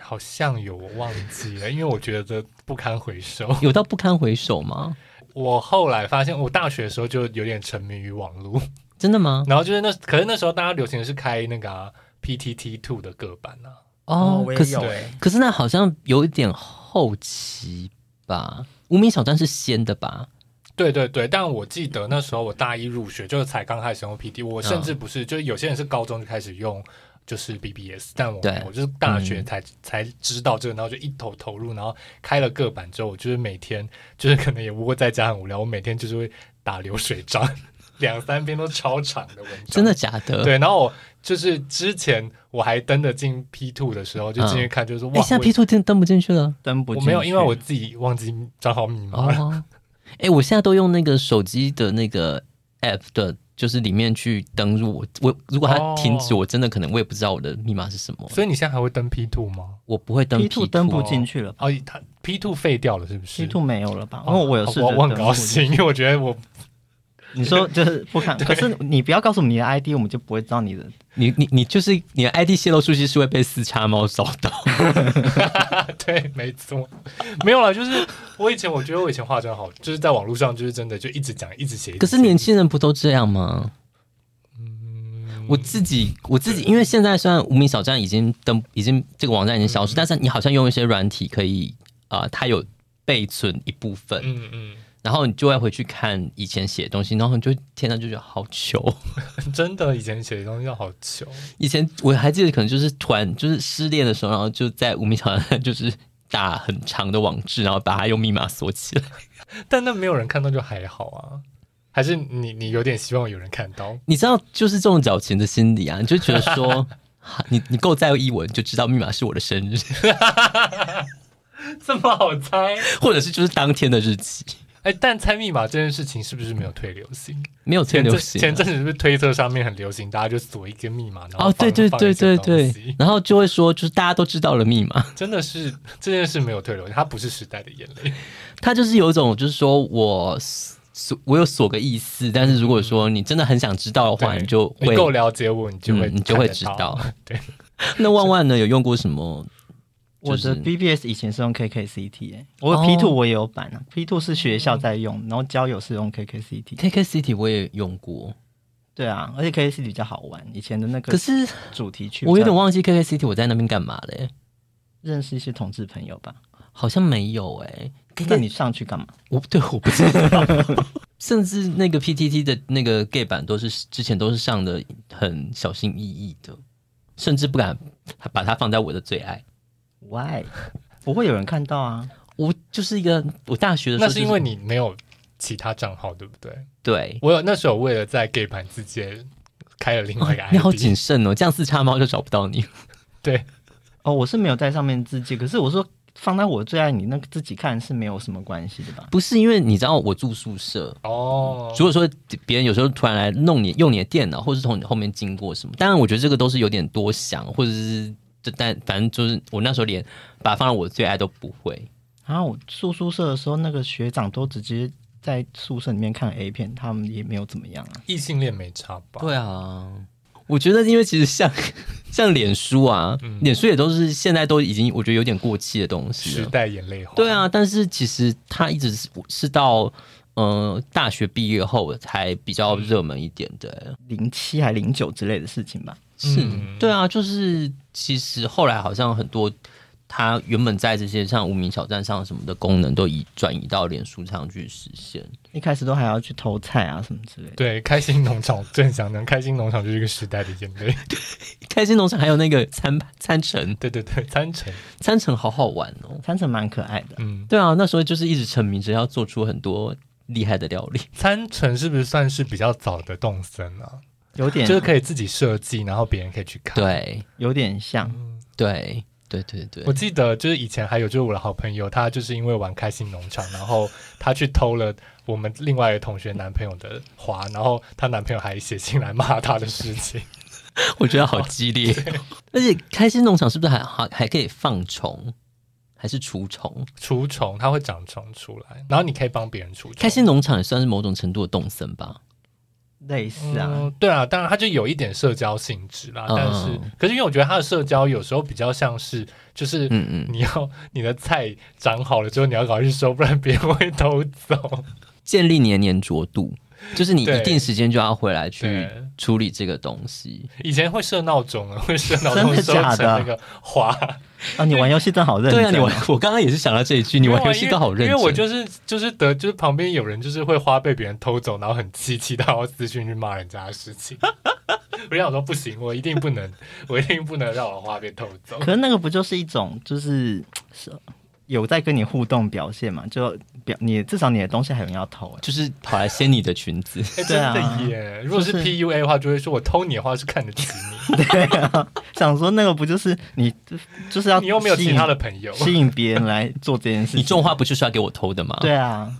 [SPEAKER 2] 好像有我忘记了，因为我觉得不堪回首。
[SPEAKER 1] 有到不堪回首吗？
[SPEAKER 2] 我后来发现，我大学的时候就有点沉迷于网络，
[SPEAKER 1] 真的吗？
[SPEAKER 2] 然后就是那可是那时候大家流行的是开那个、啊、PTT Two 的个版啊，
[SPEAKER 1] 哦，
[SPEAKER 3] 我
[SPEAKER 1] 可
[SPEAKER 3] 也
[SPEAKER 1] 是
[SPEAKER 3] 有哎、
[SPEAKER 2] 对
[SPEAKER 1] 可是那好像有一点后期吧。无名小站是先的吧？
[SPEAKER 2] 对对对，但我记得那时候我大一入学，就是才刚开始用 PT，我
[SPEAKER 1] 嗯
[SPEAKER 2] 甚至不是，就是有些人是高中就开始用，就是 BBS，但我
[SPEAKER 1] 对嗯
[SPEAKER 2] 没有我就是大学才、才知道这个，然后就一头投入，然后开了个版之后，我就是每天就是可能也不会在家很无聊，我每天就是会打流水账， 两三篇都超长的文章，
[SPEAKER 1] 真的假的？
[SPEAKER 2] 对，然后我就是之前我还登得进 P two 的时候，就进去看，就是说、
[SPEAKER 1] 哎、
[SPEAKER 2] 哇，
[SPEAKER 1] 现在
[SPEAKER 2] 我
[SPEAKER 1] P two 登登不进去了。
[SPEAKER 3] 登不
[SPEAKER 2] 我
[SPEAKER 3] 进
[SPEAKER 2] 没有，因为我
[SPEAKER 3] 去
[SPEAKER 1] 哦
[SPEAKER 2] 自己忘记账号密码了。
[SPEAKER 1] 哦，哎、我现在都用那个手机的那个 App 的，就是里面去登入。我我如果它
[SPEAKER 2] 哦
[SPEAKER 1] 停止，我真的可能我也不知道我的密码是什么，
[SPEAKER 2] 所以你现在还会登 P two 吗？
[SPEAKER 1] 我不会登
[SPEAKER 3] P
[SPEAKER 1] P
[SPEAKER 3] two 登不
[SPEAKER 2] 哦
[SPEAKER 3] 进去了吧
[SPEAKER 2] 哦，它 P two 废掉了是不是
[SPEAKER 3] ？P two 没有了吧？因
[SPEAKER 2] 哦
[SPEAKER 3] 为我有试着
[SPEAKER 2] 我我很
[SPEAKER 3] 登
[SPEAKER 2] 高
[SPEAKER 3] 录进去
[SPEAKER 2] 兴，因为我觉得我
[SPEAKER 3] 你说就是不看，可是你不要告诉我们你的 ID，我们就不会知道你的。
[SPEAKER 1] 你你你就是你的 ID 泄露出去是会被四叉猫找到。
[SPEAKER 2] 对，没错，没有啦，就是我以前我觉得我以前画真好，就是在网络上就是真的就一直讲一直写，一直
[SPEAKER 1] 可是
[SPEAKER 2] 写
[SPEAKER 1] 年轻人不都这样吗？
[SPEAKER 2] 嗯
[SPEAKER 1] 我自己我自己，因为现在虽然无名小站已经登，已经这个网站已经消
[SPEAKER 3] 嗯
[SPEAKER 1] 失，但是你好像用一些软体可以，啊，它有备存一部分，
[SPEAKER 2] 嗯嗯
[SPEAKER 1] 然后你就会回去看以前写的东西，然后你就天呐，就觉得好糗。
[SPEAKER 2] 嗯，真的以前写的东西好糗，
[SPEAKER 1] 以前我还记得，可能就是突然就是失恋的时候，然后就在无名小站上就是打很长的网址，然后把它用密码锁起来。
[SPEAKER 2] 但那没有人看到就还好啊，还是你你有点希望有人看到，
[SPEAKER 1] 你知道，就是这种矫情的心理啊，你就觉得说，哈你你够在意我，你就知道密码是我的生日，
[SPEAKER 2] 这么好猜？
[SPEAKER 1] 或者是就是当天的日期，
[SPEAKER 2] 哎，但猜密码这件事情是不是没有退流行？
[SPEAKER 1] 没有
[SPEAKER 2] 前
[SPEAKER 1] 最
[SPEAKER 2] 阵
[SPEAKER 1] 流行啊、
[SPEAKER 2] 前阵子是不是推特上面很流行，大家就锁一个密码，然后
[SPEAKER 1] 哦，
[SPEAKER 2] 放
[SPEAKER 1] 对对
[SPEAKER 2] 放
[SPEAKER 1] 对
[SPEAKER 2] 一些
[SPEAKER 1] 对
[SPEAKER 2] 东
[SPEAKER 1] 对
[SPEAKER 2] 西，
[SPEAKER 1] 然后就会说，就是大家都知道了密码，
[SPEAKER 2] 真的是 这件事没有退流行，它不是时代的眼泪。
[SPEAKER 1] 他就是有一种就是说我锁我有锁个意思，但是如果说你真的很想知道的话，
[SPEAKER 2] 对
[SPEAKER 1] 你就
[SPEAKER 2] 你
[SPEAKER 1] 会
[SPEAKER 2] 够了解我，你就会、
[SPEAKER 1] 嗯你就会知道。
[SPEAKER 2] 对，
[SPEAKER 1] 那万万呢有用过什么？
[SPEAKER 3] 我
[SPEAKER 1] 就是哦
[SPEAKER 3] 的 BBS 以前是用 KKCT，、欸、我有 P two 我也有版啊、p two 是学校在用，然后交友是用 KKCT。
[SPEAKER 1] KK City 我也用过，
[SPEAKER 3] 对啊，而且 KKCT 比较好玩，以前的那
[SPEAKER 1] 可
[SPEAKER 3] 个
[SPEAKER 1] 是
[SPEAKER 3] 主题曲比较，
[SPEAKER 1] 我有点忘记 KK City 我在那边干嘛嘞，
[SPEAKER 3] 认识一些同志朋友吧。
[SPEAKER 1] 好像没有哎、
[SPEAKER 3] 那你上去干嘛？
[SPEAKER 1] 我对我不知道， 甚至那个 PTT 的那个 gay 版都是之前都是上的很小心翼翼的，甚至不敢把它放在我的最爱。
[SPEAKER 3] Why？不会有人看到啊！
[SPEAKER 1] 我就是一个我大学的时候、
[SPEAKER 2] 那
[SPEAKER 1] 就是
[SPEAKER 2] 因为你没有其他账号，对不对？
[SPEAKER 1] 对。
[SPEAKER 2] 我有那时候为了在 gay 盘自己开了另外一个 ID，、
[SPEAKER 1] 你好谨慎哦，这样四叉猫就找不到你。
[SPEAKER 2] 对，
[SPEAKER 3] 哦，我是没有在上面自荐，可是我说放在我最爱你那个自己看是没有什么关系的吧？
[SPEAKER 1] 不是因为你知道我住宿舍，
[SPEAKER 2] 哦，
[SPEAKER 1] 如果说别人有时候突然来弄你用你的电脑，或是从你后面经过什么，当然我觉得这个都是有点多想，或者是这但反正就是我那时候连把它放在我最爱都不会。
[SPEAKER 3] 然后我住宿舍的时候，那个学长都直接在宿舍里面看 A 片，他们也没有怎么样啊。
[SPEAKER 2] 异性恋没差吧？
[SPEAKER 1] 对啊，我觉得因为其实像像脸书啊，脸书也都是现在都已经我觉得有点过气的东西
[SPEAKER 2] 时
[SPEAKER 1] 了。
[SPEAKER 2] 代眼泪红。
[SPEAKER 1] 对，啊，但是其实它一直是是到呃大学毕业后才比较热门一点的、
[SPEAKER 3] 零七还零九之类的事情吧。
[SPEAKER 1] 是
[SPEAKER 2] 嗯，
[SPEAKER 1] 对啊，就是其实后来好像很多，它原本在这些像无名小站上什么的功能，都移转移到脸书上去实现。
[SPEAKER 3] 一开始都还要去偷菜啊什么之类的。
[SPEAKER 2] 对，开心农场正想能开心农场就是一个时代的眼泪。
[SPEAKER 1] 开心农场还有那个餐餐城，
[SPEAKER 2] 对对对，三成，
[SPEAKER 1] 餐城好好玩哦。
[SPEAKER 3] 餐城蛮可爱的，
[SPEAKER 2] 嗯，
[SPEAKER 1] 对啊，那时候就是一直沉迷着要做出很多厉害的料理。
[SPEAKER 2] 三成是不是算是比较早的动森啊？
[SPEAKER 3] 有点
[SPEAKER 2] 就是可以自己设计，然后别人可以去看。
[SPEAKER 1] 对
[SPEAKER 3] 有点像，
[SPEAKER 1] 对对对对
[SPEAKER 2] 我，记得就是以前还有就是我的好朋友，他就是因为玩开心农场，然后他去偷了我们另外一个同学男朋友的花，然后她男朋友还写信来骂她的事情。
[SPEAKER 1] 我觉得好激 烈。而且开心农场是不是还还还可以放虫，还是除虫？
[SPEAKER 2] 除虫，它会长虫出来，然后你可以帮别人除虫。
[SPEAKER 1] 开心农场也算是某种程度的动森吧。
[SPEAKER 3] 类似啊。
[SPEAKER 2] 嗯，对啊，当然它就有一点社交性质啦，
[SPEAKER 1] 嗯
[SPEAKER 2] 但是可是因为我觉得它的社交有时候比较像是就是
[SPEAKER 1] 嗯嗯。
[SPEAKER 2] 你要你的菜长好了之后你要赶快去收，不然别人会偷走。
[SPEAKER 1] 建立你的粘着度，就是你
[SPEAKER 2] 对
[SPEAKER 1] 一定时间就要回来去
[SPEAKER 2] 对，
[SPEAKER 1] 处理这个东西。
[SPEAKER 2] 以前会设闹钟啊，会设闹
[SPEAKER 3] 真
[SPEAKER 2] 钟
[SPEAKER 3] 的
[SPEAKER 2] 收
[SPEAKER 3] 假
[SPEAKER 2] 成
[SPEAKER 3] 的
[SPEAKER 2] 那个花。
[SPEAKER 3] 啊，你玩游戏真好认真。
[SPEAKER 1] 对啊，你玩，我刚刚也是想到这一句，你玩游戏都好认真。
[SPEAKER 2] 啊因为我就是就是得就是旁边有人就是会花被别人偷走，然后很气气到要私讯去骂人家的事情。 我就想说不行，我一定不能，我一定不能让我的花被偷走。
[SPEAKER 3] 可是那个不就是一种就是是有在跟你互动表现嘛？就表你至少你的东西还有人要偷、欸，
[SPEAKER 1] 就是跑来掀你的裙 子，
[SPEAKER 2] 哎，
[SPEAKER 3] 对
[SPEAKER 2] 真
[SPEAKER 3] 啊
[SPEAKER 2] 的耶！如果是
[SPEAKER 3] 就是
[SPEAKER 2] PUA 的话，就会说我偷你的话是看得起
[SPEAKER 3] 对啊，想说那个不就是你就是要
[SPEAKER 2] 你，你又没有
[SPEAKER 3] 吸引
[SPEAKER 2] 其他的朋友。
[SPEAKER 3] 吸引别人来做这件事情，
[SPEAKER 1] 你这种话不就是要给我偷的吗？
[SPEAKER 3] 对啊，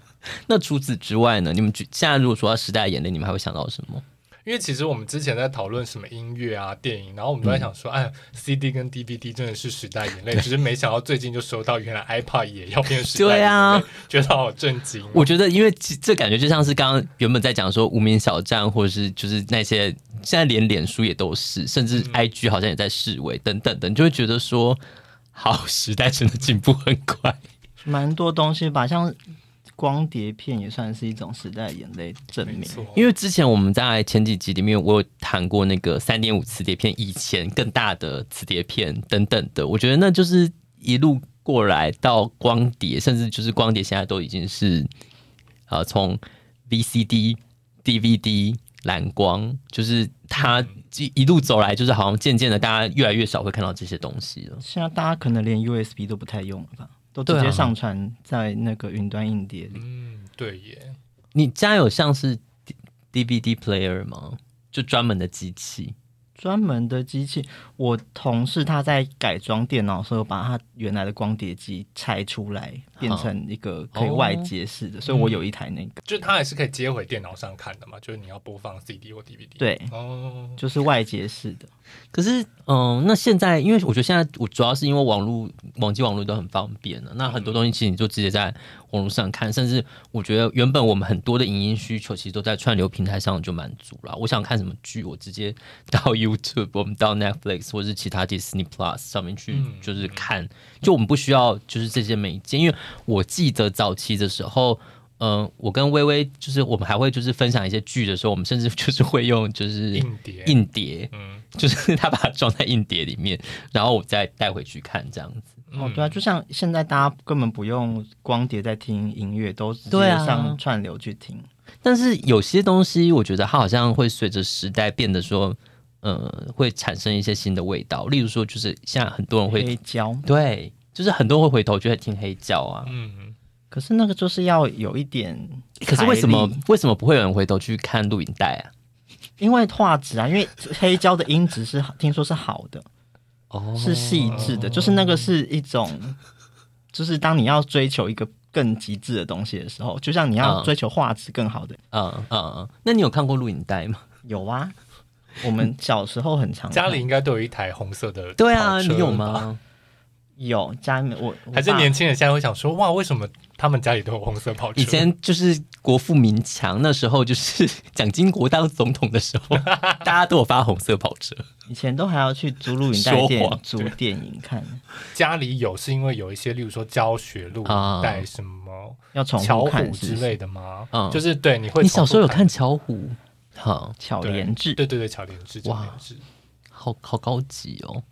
[SPEAKER 1] 那除此之外呢？你们觉现在如果说到时代眼泪，你们还会想到什么？
[SPEAKER 2] 因为其实我们之前在讨论什么音乐啊、电影，然后我
[SPEAKER 1] 嗯
[SPEAKER 2] 们都在想说，哎，CD 跟 DVD 真的是时代眼泪，只是没想到最近就收到，原来 iPad 也要变时代眼
[SPEAKER 1] 对
[SPEAKER 2] 泪，
[SPEAKER 1] 啊
[SPEAKER 2] 觉得好震惊哦、
[SPEAKER 1] 我觉得，因为这这感觉就像是刚刚原本在讲说无名小站，或者是就是那些现在连脸书也都是，甚至
[SPEAKER 2] 嗯
[SPEAKER 1] IG 好像也在示威等等等，你就会觉得说，好，时代真的进步很快。
[SPEAKER 3] 蛮多东西吧，像光碟片也算是一种时代的眼泪证
[SPEAKER 2] 没
[SPEAKER 3] 明。
[SPEAKER 2] 错，
[SPEAKER 1] 因为之前我们在前几集里面，我有谈过那个三点五磁碟片，以前更大的磁碟片等等的，我觉得那就是一路过来到光碟，甚至就是光碟现在都已经是呃从 VCD、DVD、蓝光，就是它一一路走来，就是好像渐渐的大家越来越少会看到这些东西了。
[SPEAKER 3] 现在大家可能连 USB 都不太用了吧，都直
[SPEAKER 1] 对啊
[SPEAKER 3] 接上传在那个云端硬碟里。
[SPEAKER 2] 嗯，对耶，
[SPEAKER 1] 你家有像是 D- DVD player 吗？就专门的机器？
[SPEAKER 3] 专门的机器，我同事他在改装电脑的时候，把他原来的光碟机拆出来，
[SPEAKER 2] 嗯
[SPEAKER 3] 变成一个可以外接式的，所以我
[SPEAKER 2] 哦
[SPEAKER 3] 有一台那个，
[SPEAKER 2] 就是它还是可以接回电脑上看的嘛，就是你要播放 CD 或 DVD。，
[SPEAKER 3] 对，
[SPEAKER 2] 哦，
[SPEAKER 3] 就是外接式的。
[SPEAKER 1] 可是，嗯，那现在，因为我觉得现在我主要是因为网络、网际网络都很方便
[SPEAKER 2] 嗯
[SPEAKER 1] 了，那很多东西其实你就直接在网络上看，甚至我觉得原本我们很多的影音需求其实都在串流平台上就满足了。我想看什么剧，我直接到 YouTube，我们到 Netflix 或是其他 Disney Plus 上面去
[SPEAKER 2] 嗯
[SPEAKER 1] 就是看，就我们不需要就是这些媒介，因为我记得早期的时候。嗯，我跟微微就是我们还会就是分享一些剧的时候，我们甚至就是会用就是
[SPEAKER 2] 硬碟
[SPEAKER 1] 硬碟，
[SPEAKER 2] 嗯，
[SPEAKER 1] 就是他把它装在硬碟里面，然后我再带回去看这样子。
[SPEAKER 3] 哦，
[SPEAKER 1] 嗯
[SPEAKER 3] 对啊，就像现在大家根本不用光碟在听音乐，都直接
[SPEAKER 1] 对啊
[SPEAKER 3] 上串流去听。
[SPEAKER 1] 但是有些东西，我觉得它好像会随着时代变得说，呃，会产生一些新的味道。例如说，就是现在很多人会、
[SPEAKER 3] 黑胶，
[SPEAKER 1] 对，就是很多人会回头就会听黑胶啊。
[SPEAKER 2] 嗯，
[SPEAKER 3] 可是那个就是要有一点，
[SPEAKER 1] 可是为什么？为什么不会有人回头去看录影带啊？
[SPEAKER 3] 因为画质啊，因为黑胶的音质是听说是好的，
[SPEAKER 1] 哦
[SPEAKER 3] 是细致的，就是那个是一种，就是当你要追求一个更极致的东西的时候，就像你要
[SPEAKER 1] 嗯
[SPEAKER 3] 追求画质更好的，
[SPEAKER 1] 嗯嗯嗯。那你有看过录影带吗？
[SPEAKER 3] 有啊，我们小时候很常看
[SPEAKER 2] 家里应该都有一台红色的，
[SPEAKER 1] 对啊，你有？吗？
[SPEAKER 3] 有家里面我我
[SPEAKER 2] 还是
[SPEAKER 3] 爸
[SPEAKER 2] 年轻人现在会想说，哇，为什么他们家里都有红色跑车？
[SPEAKER 1] 以前就是国富民强，那时候就是 蒋经国当总统的时候，大家都有发红色跑车。
[SPEAKER 3] 以前都还要去租录影带
[SPEAKER 1] 说
[SPEAKER 3] 店
[SPEAKER 1] 谎
[SPEAKER 3] 租电影看，
[SPEAKER 2] 家里有是因为有一些，例如说教学录
[SPEAKER 1] 啊
[SPEAKER 2] 影带、什么
[SPEAKER 3] 要重
[SPEAKER 2] 巧
[SPEAKER 3] 复
[SPEAKER 2] 虎
[SPEAKER 3] 看是
[SPEAKER 2] 之
[SPEAKER 3] 不是
[SPEAKER 2] 类的吗？
[SPEAKER 1] 嗯
[SPEAKER 2] 就是对，你会
[SPEAKER 1] 你小时候有
[SPEAKER 2] 重复看
[SPEAKER 1] 看巧虎？好，
[SPEAKER 3] 巧
[SPEAKER 2] 对
[SPEAKER 3] 连制。
[SPEAKER 2] 对对对，巧莲智，巧莲智，
[SPEAKER 1] 好好高级哦。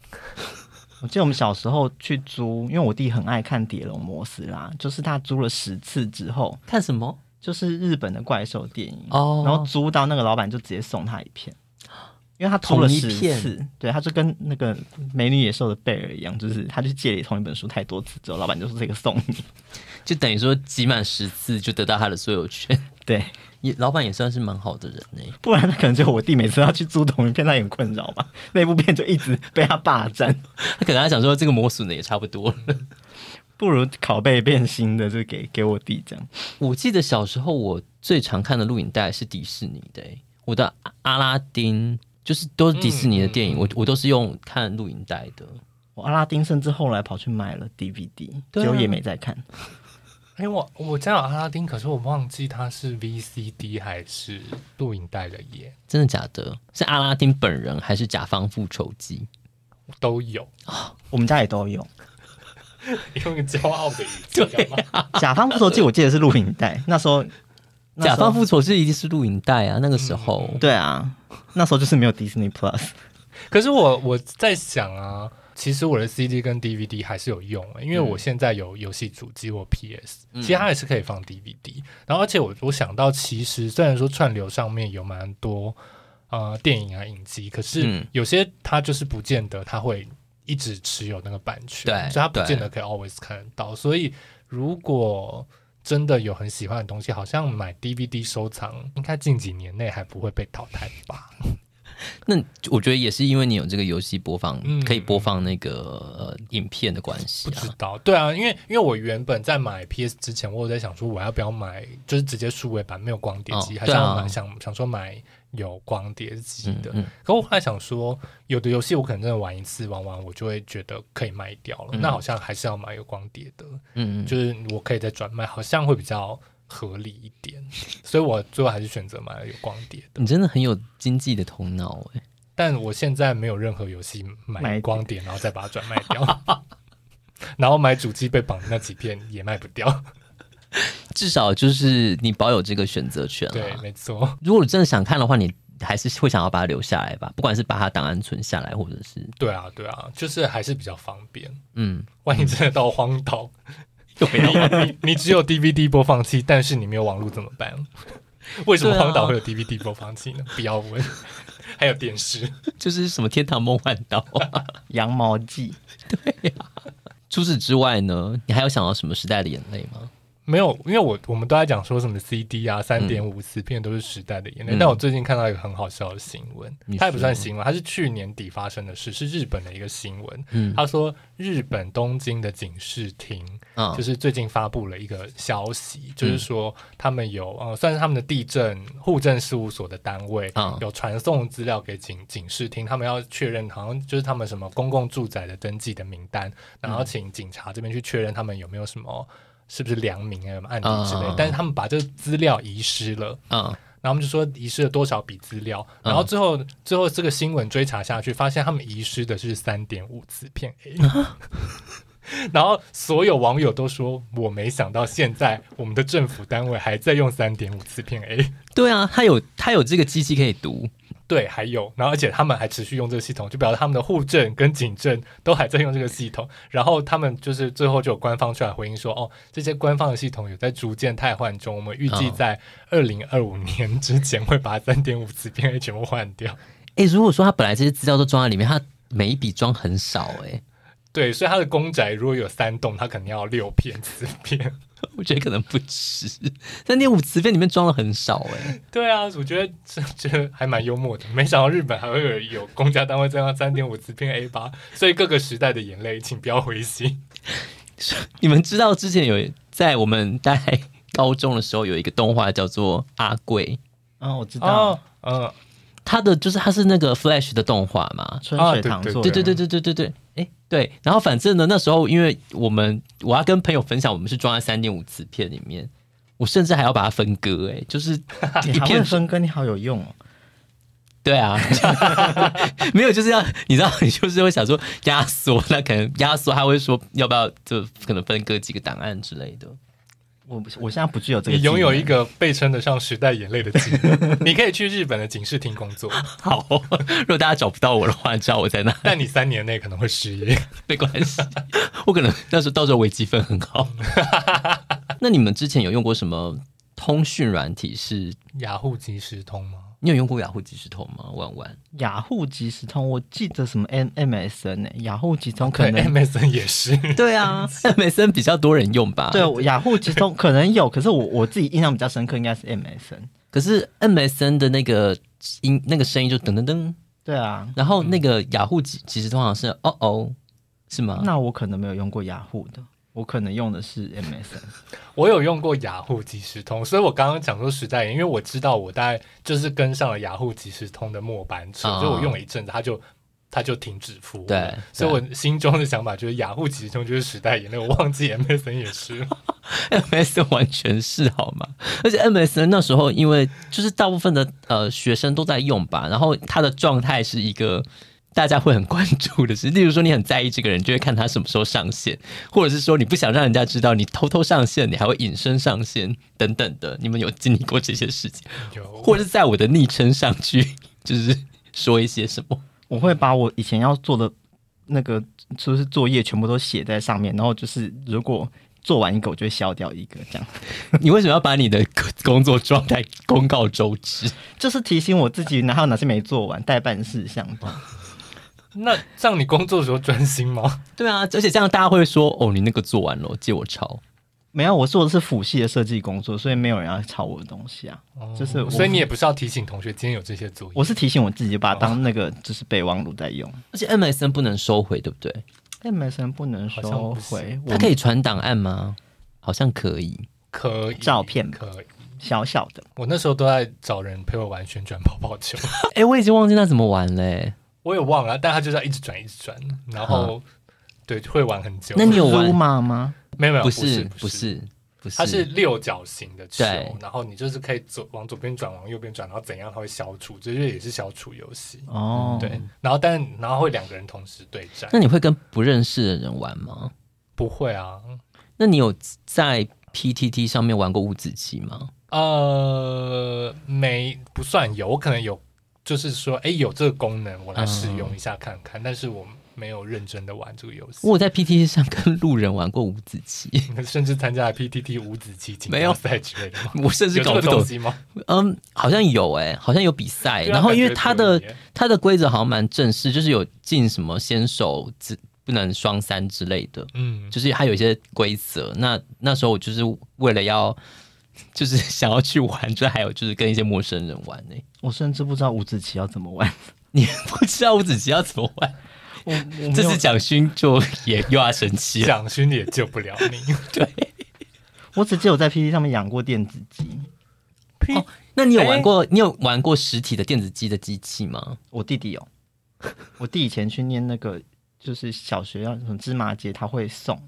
[SPEAKER 3] 我记得我们小时候去租，因为我弟很爱看《碟龙摩斯》啦，就是他租了十次之后，
[SPEAKER 1] 看什么？
[SPEAKER 3] 就是日本的怪兽电影
[SPEAKER 1] 哦
[SPEAKER 3] 然后租到那个老板就直接送他一片，因为他租了
[SPEAKER 1] 同一
[SPEAKER 3] 十
[SPEAKER 1] 片
[SPEAKER 3] 次，对，他就跟那个《美女野兽》的贝尔一样，就是他去借了同一本书太多次之后，老板就说这个送你，
[SPEAKER 1] 就等于说集满十次就得到他的所有权，
[SPEAKER 3] 对，
[SPEAKER 1] 也老板也算是蛮好的人欸呢、
[SPEAKER 3] 不然他可能就我弟每次要去租同一片，他也很困扰吧，那部片就一直被他霸占，
[SPEAKER 1] 他 可能还想说这个磨损的也差不多了。
[SPEAKER 3] 不如拷贝变新的，就给给我弟这样。
[SPEAKER 1] 我记得小时候我最常看的录影带是迪士尼的、欸，我的阿阿拉丁就是都是迪士尼的电影，我我都是用看录影带的。
[SPEAKER 3] 我阿拉丁甚至后来跑去买了 DVD，、
[SPEAKER 1] 对啊
[SPEAKER 3] 结果也没再看。
[SPEAKER 2] 因为哎我我家有阿拉丁，可是我忘记它是 VCD 还是录影带了耶，
[SPEAKER 1] 真的假的？是阿拉丁本人还是甲方复仇记？
[SPEAKER 2] 都有，
[SPEAKER 3] 我们家也 都有。
[SPEAKER 2] 用一个骄傲的语气干嘛？
[SPEAKER 3] 甲方复仇记我记得是录影带，那时候那时
[SPEAKER 1] 甲
[SPEAKER 3] 候
[SPEAKER 1] 方复仇记一定是录影带啊，那个时候。
[SPEAKER 3] 对啊，那时候就是没有 Disney Plus，
[SPEAKER 2] 可是我我在想啊，其实我的 CD 跟 DVD 还是有用、的，因为
[SPEAKER 1] 嗯
[SPEAKER 2] 我现在有游戏主机或 PS，、其实它也是可以放 DVD。然后而且我我想到，其实虽然说串流上面有蛮多呃电影啊影集，可是
[SPEAKER 1] 嗯
[SPEAKER 2] 有些它就是不见得它会一直持有那个版权，
[SPEAKER 1] 对
[SPEAKER 2] 所以它不
[SPEAKER 1] 对
[SPEAKER 2] 见得可以 always 看得到。所以如果真的有很喜欢的东西，好像买 DVD 收藏，应该近几年内还不会被淘汰吧？
[SPEAKER 1] 那我觉得也是因为你有这个游戏播放，
[SPEAKER 2] 嗯
[SPEAKER 1] 可以播放那个、呃、影片的关系
[SPEAKER 2] 不
[SPEAKER 1] 啊
[SPEAKER 2] 知。道，对啊，因为因为我原本在买 PS 之前，我有在想说我要不要买，就是直接数位版，没有光碟机，
[SPEAKER 1] 哦
[SPEAKER 2] 还是要
[SPEAKER 1] 对
[SPEAKER 2] 买
[SPEAKER 1] 啊
[SPEAKER 2] 想想说买有光碟机
[SPEAKER 1] 嗯
[SPEAKER 2] 的。
[SPEAKER 1] 嗯，
[SPEAKER 2] 可我后来想说，有的游戏我可能真的玩一次，玩完我就会觉得可以卖掉了，
[SPEAKER 1] 嗯
[SPEAKER 2] 那好像还是要买有光碟的，
[SPEAKER 1] 嗯嗯，
[SPEAKER 2] 就是我可以再转卖，好像会比较合理一点。所以我最后还是选择买了有光碟的。
[SPEAKER 1] 你真的很有经济的头脑哎、
[SPEAKER 2] 但我现在没有任何游戏买
[SPEAKER 3] 买
[SPEAKER 2] 光碟，然后再把它转卖掉。然后买主机被绑的那几片也卖不掉，
[SPEAKER 1] 至少就是你保有这个选择权
[SPEAKER 2] 对，
[SPEAKER 1] 啊。
[SPEAKER 2] 没错，
[SPEAKER 1] 如果你真的想看的话，你还是会想要把它留下来吧，不管是把它档案存下来，或者是
[SPEAKER 2] 对啊，对啊，就是还是比较方便。
[SPEAKER 1] 嗯，
[SPEAKER 2] 万一真的到荒岛，
[SPEAKER 1] 就不要
[SPEAKER 2] 你你只有 DVD 播放器，但是你没有网络怎么办？ 为什么
[SPEAKER 1] 对啊
[SPEAKER 2] 荒岛会有 DVD 播放器呢？不要问，还有电视，
[SPEAKER 1] 就是什么天堂梦幻岛、啊。
[SPEAKER 3] 羊毛记，
[SPEAKER 1] 除此之外呢，你还有想到什么时代的眼泪吗？
[SPEAKER 2] 没有，因为我我们都在讲说什么 CD 啊，三点五四片都是时代的眼泪。
[SPEAKER 1] 嗯
[SPEAKER 2] 但我最近看到一个很好笑的新闻
[SPEAKER 1] 你，
[SPEAKER 2] 它也不算
[SPEAKER 1] 说
[SPEAKER 2] 新闻，它是去年底发生的事，是日本的一个新闻。
[SPEAKER 1] 嗯
[SPEAKER 2] 他说，日本东京的警视厅
[SPEAKER 1] 啊
[SPEAKER 2] 就是是最近发布了一个消息，就是说他们有呃，算是他们的地震户政事务所的单位、
[SPEAKER 1] 嗯
[SPEAKER 2] 有传送资料给警警视厅，他们要确认好像就是他们什么公共住宅的登记的名单，然后请警察这边去确认他们有没有什么是不是良民啊、有没有案底之类的
[SPEAKER 1] 嗯嗯嗯
[SPEAKER 2] 但是他们把这个资料遗失了。
[SPEAKER 1] 啊
[SPEAKER 2] 然后他们就说遗失了多少笔资料，
[SPEAKER 1] 嗯
[SPEAKER 2] 然后最后、最后这个新闻追查下去，发现他们遗失的是三点五次片 A。然后所有网友都说，我没想到现在我们的政府单位还在用三点五次片 A。
[SPEAKER 1] 对啊，他有他有这个机器可以读，
[SPEAKER 2] 对，还有，然后而且他们还持续用这个系统，就表示他们的户政跟警政都还在用这个系统。然后他们就是最后就有官方出来回应说，哦，这些官方的系统有在逐渐汰换中，我们预计
[SPEAKER 1] 哦
[SPEAKER 2] 在二零二五年之前会把三点五次片 A 全部换掉。
[SPEAKER 1] 哎、如果说他本来这些资料都装在里面，他每一笔装很少、哎，
[SPEAKER 2] 对，所以他的公宅如果有三栋，他肯定要六片四片。
[SPEAKER 1] 我觉得可能不止三点五磁片里面装了很少、哎，
[SPEAKER 2] 对啊，我觉得这这还蛮幽默的。没想到日本还会有有公家单位这样三点五次片 A 八，所以各个时代的眼泪，请不要灰心。
[SPEAKER 1] 你们知道之前有在我们大概高中的时候有一个动画叫做《阿贵》，
[SPEAKER 3] 嗯，我知道，
[SPEAKER 2] 哦，嗯，
[SPEAKER 1] 它的就是它是那个 Flash 的动画嘛，
[SPEAKER 3] 春
[SPEAKER 2] 啊
[SPEAKER 3] 水
[SPEAKER 2] 对
[SPEAKER 3] 堂
[SPEAKER 2] 对
[SPEAKER 3] 做
[SPEAKER 1] 对
[SPEAKER 3] 人，
[SPEAKER 1] 对对对对对对，哎对，然后反正呢，那时候因为我们我要跟朋友分享，我们是装在三点五磁片里面，我甚至还要把它分割，哎， 就是一
[SPEAKER 3] 你还会
[SPEAKER 1] 片
[SPEAKER 3] 分割，你好有用哦。
[SPEAKER 1] 对啊， 没有就是要你知道，你就是会想说压缩，那可能压缩他会说要不要就可能分割几个档案之类的，
[SPEAKER 3] 我我现在不具有这个，
[SPEAKER 2] 你拥有一，个被称得上时代眼泪的技能，你可以去日本的警视厅工作，
[SPEAKER 1] 好、如果大家找不到我的话，知道我在哪，
[SPEAKER 2] 但你三年内可能会失业。
[SPEAKER 1] 没关 系，我可能那时候到时候微积分很 好。那你们之前有用过什么通讯软体是？
[SPEAKER 2] 雅虎即时通吗？
[SPEAKER 1] 你有用过雅虎即时通吗？婉婉，
[SPEAKER 3] 雅虎即时通，我记得什么 M M S N 呢？雅虎即时通可
[SPEAKER 2] 对
[SPEAKER 3] 能
[SPEAKER 2] ，MSN 也是。
[SPEAKER 1] 对 啊，MSN 比较多人用吧？
[SPEAKER 3] 对，我雅虎即时通可能有，可是我我自己印象比较深刻应该是 M S N。
[SPEAKER 1] 可是 MSN 的那个音那个声音就噔噔噔，
[SPEAKER 3] 对啊，
[SPEAKER 1] 然后那个雅虎即即时通好像是哦哦，是吗？
[SPEAKER 3] 那我可能没有用过雅虎的，我可能用的是 M S N。
[SPEAKER 2] 我有用过雅虎即时通，所以我刚刚讲说时代眼，因为我知道我大概就是跟上了雅虎即时通的末班车，
[SPEAKER 1] 啊
[SPEAKER 2] 所以我用了一阵子，它就它就停止服务
[SPEAKER 1] 对
[SPEAKER 2] 了。所以我心中的想法就是雅虎即时通就是时代眼泪，我忘记 MSN 也是了。
[SPEAKER 1] MSN 完全是好吗？而且 MSN 那时候因为就是大部分的呃学生都在用吧，然后他的状态是一个。大家会很关注的是，例如说你很在意这个人，就会看他什么时候上线，或者是说你不想让人家知道你偷偷上线，你还会隐身上线等等的。你们有经历过这些事情，
[SPEAKER 2] 有
[SPEAKER 1] 或者是在我的昵称上去，就是说一些什么？
[SPEAKER 3] 我会把我以前要做的那个就是作业全部都写在上面，然后就是如果做完一个，我就会消掉一个，这样
[SPEAKER 1] 你为什么要把你的工作状态公告周知？
[SPEAKER 3] 就是提醒我自己，然后哪些没做完，待办事项这样。
[SPEAKER 2] 那这样你工作的时候专心吗？
[SPEAKER 1] 对啊，而且这样大家会说哦，你那个做完了，借我抄。
[SPEAKER 3] 没有，我做的是辅系的设计工作，所以没有人要抄我的东西啊。就是我
[SPEAKER 2] 哦所以你也不是要提醒同学今天有这些作业，
[SPEAKER 3] 我是提醒我自己，把它当那个就是备忘录在用。
[SPEAKER 1] 而且 MSN 不能收回，对不对？
[SPEAKER 3] MSN 不能收回，
[SPEAKER 1] 它
[SPEAKER 3] 我
[SPEAKER 1] 可以传档案吗？好像可以。
[SPEAKER 2] 可以
[SPEAKER 3] 照片
[SPEAKER 2] 可以。
[SPEAKER 3] 小小的。
[SPEAKER 2] 我那时候都在找人陪我玩旋转泡泡球，
[SPEAKER 1] 哎、我已经忘记那怎么玩嘞、
[SPEAKER 2] 我也忘了，但他就是要一直转一直转，然后、对会玩很久。
[SPEAKER 1] 嗯那你有玩
[SPEAKER 3] 猪妈吗？
[SPEAKER 2] 没有没有
[SPEAKER 1] 不
[SPEAKER 2] 是
[SPEAKER 1] 是
[SPEAKER 2] 不
[SPEAKER 1] 不，是不是，
[SPEAKER 2] 它是六角形的球
[SPEAKER 1] 对，
[SPEAKER 2] 然后你就是可以左往左边转，往右边转，然后怎样它会消除，这就也是消除游戏。
[SPEAKER 3] 哦，
[SPEAKER 2] 对，然后但然后会两个人同时对战
[SPEAKER 1] 那，你会跟不认识的人玩吗？
[SPEAKER 2] 不会啊，
[SPEAKER 1] 那你有在 PTT 上面玩过五子棋吗？
[SPEAKER 2] 呃，没不算有，我可能有，就是说，哎，有这个功能，我来试用一下看看，但是我没有认真的玩这个游戏
[SPEAKER 1] 我，有在 PTT 上跟路人玩过五子棋，
[SPEAKER 2] 甚至参加了 PTT 五子棋锦
[SPEAKER 1] 没有
[SPEAKER 2] 标赛之类的吗？
[SPEAKER 1] 我甚
[SPEAKER 2] 有
[SPEAKER 1] 至
[SPEAKER 2] 这
[SPEAKER 1] 搞
[SPEAKER 2] 个
[SPEAKER 1] 不
[SPEAKER 2] 东
[SPEAKER 1] 懂。
[SPEAKER 2] 西吗？
[SPEAKER 1] 嗯，好像有哎、好像有比赛。
[SPEAKER 2] 对啊
[SPEAKER 1] 然后因为
[SPEAKER 2] 感觉
[SPEAKER 1] 它
[SPEAKER 2] 可以
[SPEAKER 1] 的
[SPEAKER 2] 耶
[SPEAKER 1] 它的规则好像蛮正式，就是有进什么先手之不能双三之类的。
[SPEAKER 2] 嗯，
[SPEAKER 1] 就是它有一些规则。那那时候我就是为了要，就是想要去玩，就还有就是跟一些陌生人玩呢、
[SPEAKER 3] 我甚至不知道五子棋要怎么玩。
[SPEAKER 1] 你不知道五子棋要怎么玩，
[SPEAKER 3] 我我
[SPEAKER 1] 这次蒋勋就也又要生气 了。
[SPEAKER 2] 蒋勋也救不了 你。
[SPEAKER 3] 我只记得我在 PPT 上面养过电子鸡，
[SPEAKER 1] 哦，那你有玩过、你有玩过实体的电子机的机器吗？
[SPEAKER 3] 我弟 弟有。我弟以前去念那个就是小学要什么芝麻街，他会送，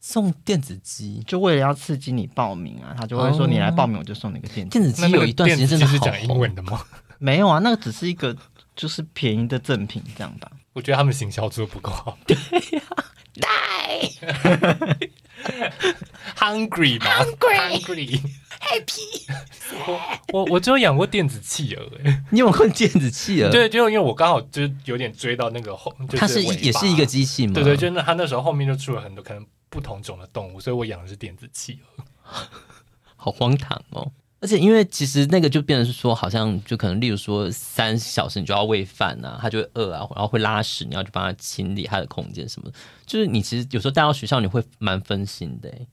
[SPEAKER 1] 送电子机，
[SPEAKER 3] 就为了要刺激你报名啊，他就会说
[SPEAKER 1] 哦
[SPEAKER 3] 你来报名我就送你一个电子。
[SPEAKER 1] 电子
[SPEAKER 2] 那
[SPEAKER 1] 机
[SPEAKER 2] 那
[SPEAKER 1] 有
[SPEAKER 2] 个
[SPEAKER 1] 一段时
[SPEAKER 2] 电
[SPEAKER 1] 间
[SPEAKER 2] 子
[SPEAKER 1] 真
[SPEAKER 2] 鸡
[SPEAKER 1] 的
[SPEAKER 2] 是
[SPEAKER 1] 好
[SPEAKER 2] 讲英
[SPEAKER 1] 红。
[SPEAKER 2] 文的吗？
[SPEAKER 3] 没有啊，那个只是一个就是便宜的赠品这样吧。
[SPEAKER 2] 我觉得他们行销做得不够好。对呀、，Hungry 吧，Hungry，Happy。我我我只有养过电子企鹅、欸，
[SPEAKER 1] 你有玩过电子器了？，
[SPEAKER 2] 对，就因为我刚好就是有点追到那个后，就
[SPEAKER 1] 它是
[SPEAKER 2] 尾巴
[SPEAKER 1] 一也是一个，机器吗？
[SPEAKER 2] 对对，就那他那时候后面就出了很多可能不同种的动物，所以我养的是电子企鹅。
[SPEAKER 1] 好荒唐哦。而且因为其实那个就变成是说，好像就可能例如说三小时你就要喂饭啊，它就会饿啊，然后会拉屎，你要去帮它清理它的空间什么的。就是你其实有时候带到学校，你会蛮分心的欸。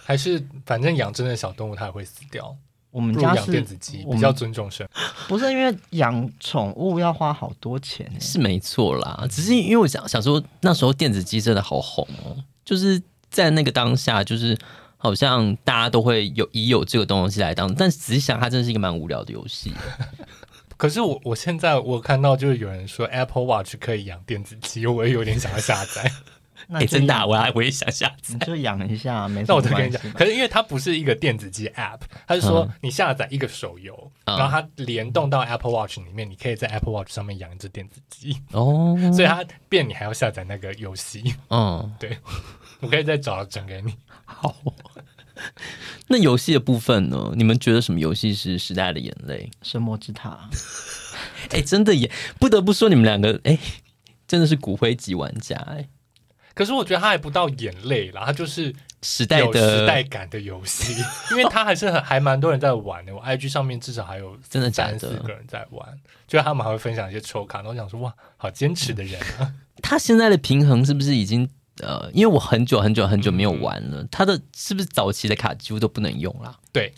[SPEAKER 2] 还是反正养真的小动物它也会死掉，
[SPEAKER 3] 我们
[SPEAKER 2] 不如
[SPEAKER 3] 家
[SPEAKER 2] 养
[SPEAKER 3] 是
[SPEAKER 2] 电子鸡，
[SPEAKER 3] 我
[SPEAKER 2] 比
[SPEAKER 3] 们
[SPEAKER 2] 较尊重生。
[SPEAKER 3] 不是因为养宠物要花好多钱欸、
[SPEAKER 1] 是没错啦。只是因为我想想说，那时候电子机真的好红哦，就是在那个当下，就是好像大家都会有已有这个东西来当，但仔细想，它真的是一个蛮无聊的游戏。
[SPEAKER 2] 可是我我现在我看到就是有人说 Apple Watch 可以养电子鸡，我也有点想要下载。
[SPEAKER 3] 那
[SPEAKER 1] 哎、
[SPEAKER 2] 欸
[SPEAKER 3] 就
[SPEAKER 1] 真的啊、
[SPEAKER 3] 养
[SPEAKER 1] 我还我也想下载
[SPEAKER 3] 你。就养一下，没什
[SPEAKER 2] 那
[SPEAKER 3] 么
[SPEAKER 2] 我再跟
[SPEAKER 3] 关
[SPEAKER 2] 你
[SPEAKER 3] 系
[SPEAKER 2] 讲
[SPEAKER 3] 吧。，
[SPEAKER 2] 可是因为它不是一个电子鸡 App，它是说你下载一个手游，
[SPEAKER 1] 嗯
[SPEAKER 2] 然后它联动到 Apple Watch 里面，你可以在 Apple Watch 上面养一只电子鸡，
[SPEAKER 1] 哦，
[SPEAKER 2] 所以它变你还要下载那个游戏。
[SPEAKER 1] 嗯，
[SPEAKER 2] 对，我可以再找整给你。
[SPEAKER 1] 好。那游戏的部分呢？你们觉得什么游戏是时代的眼泪？
[SPEAKER 3] 神魔之塔，啊
[SPEAKER 1] 哎、真的也不得不说，你们两个哎、真的是骨灰级玩家哎、
[SPEAKER 2] 可是我觉得它还不到眼泪啦，它就是
[SPEAKER 1] 时代
[SPEAKER 2] 有
[SPEAKER 1] 的
[SPEAKER 2] 时代感的游戏， 因为它还是很还蛮多人在玩的。我 IG 上面至少还有
[SPEAKER 1] 真的假
[SPEAKER 2] 三四
[SPEAKER 1] 的
[SPEAKER 2] 个？人在玩，就是他们还会分享一些抽卡，然后我想说哇，好坚持的人
[SPEAKER 1] 嗯
[SPEAKER 2] 啊！
[SPEAKER 1] 他现在的平衡是不是已经呃？因为我很久很久很久没有
[SPEAKER 2] 嗯
[SPEAKER 1] 玩了，他的是不是早期的卡几乎都不能用啦？
[SPEAKER 2] 对，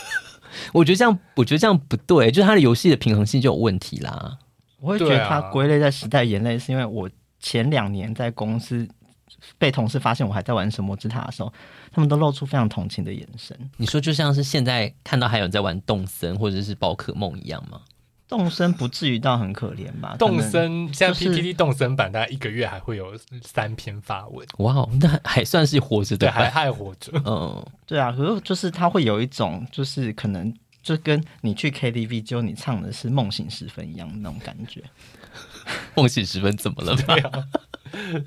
[SPEAKER 1] 我觉得这样，我觉得这样不对，就是他的游戏的平衡性就有问题啦。
[SPEAKER 3] 我会觉得它
[SPEAKER 2] 对啊
[SPEAKER 3] 归类在时代眼泪，是因为我前两年在公司被同事发现我还在玩神魔之塔的时候，他们都露出非常同情的眼神。
[SPEAKER 1] 你说就像是现在看到还有人在玩动森或者是宝可梦一样吗？
[SPEAKER 3] 动森不至于到很可怜吧？
[SPEAKER 2] 动
[SPEAKER 3] 可能
[SPEAKER 2] 森现在
[SPEAKER 3] 就是
[SPEAKER 2] PTT 动森版，大概一个月还会有三篇发文，
[SPEAKER 1] 哇哦，那还算是活着
[SPEAKER 2] 对，
[SPEAKER 1] 的
[SPEAKER 2] 还
[SPEAKER 1] 吧？
[SPEAKER 2] 还活着。
[SPEAKER 1] 嗯，
[SPEAKER 3] 对啊，可是就是它会有一种就是可能。就跟你去 KTV，就你唱的是《梦醒时分》一样的那种感觉，
[SPEAKER 1] 梦醒时分怎么了
[SPEAKER 2] 啊
[SPEAKER 1] 吧？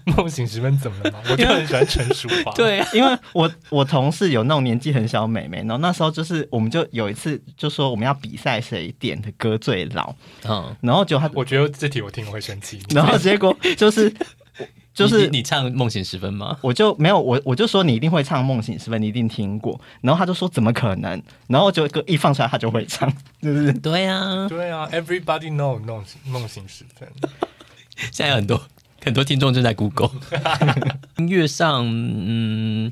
[SPEAKER 2] 梦醒时分怎么了吗？我就很喜欢陈淑桦。，
[SPEAKER 1] 对啊，
[SPEAKER 3] 因为我 我同事有那种年纪很小的妹妹，然后那时候就是我们就有一次就说我们要比赛谁点的歌最老，
[SPEAKER 1] 嗯，
[SPEAKER 3] 然后就她
[SPEAKER 2] 我觉得这题我听我会生气。
[SPEAKER 3] 然后结果就是， 就
[SPEAKER 1] 你
[SPEAKER 3] 是
[SPEAKER 1] 你你唱梦醒时分吗？
[SPEAKER 3] 我就没有我我就说你一定会唱《梦醒时分》，你一定听过。然后他就说怎么可能？然后就歌一放出来他就会唱，就是
[SPEAKER 1] 对啊，
[SPEAKER 2] 对啊，Everybody know 梦梦醒时分，
[SPEAKER 1] 现在有很 多很多听众正在 Google 音乐上，嗯，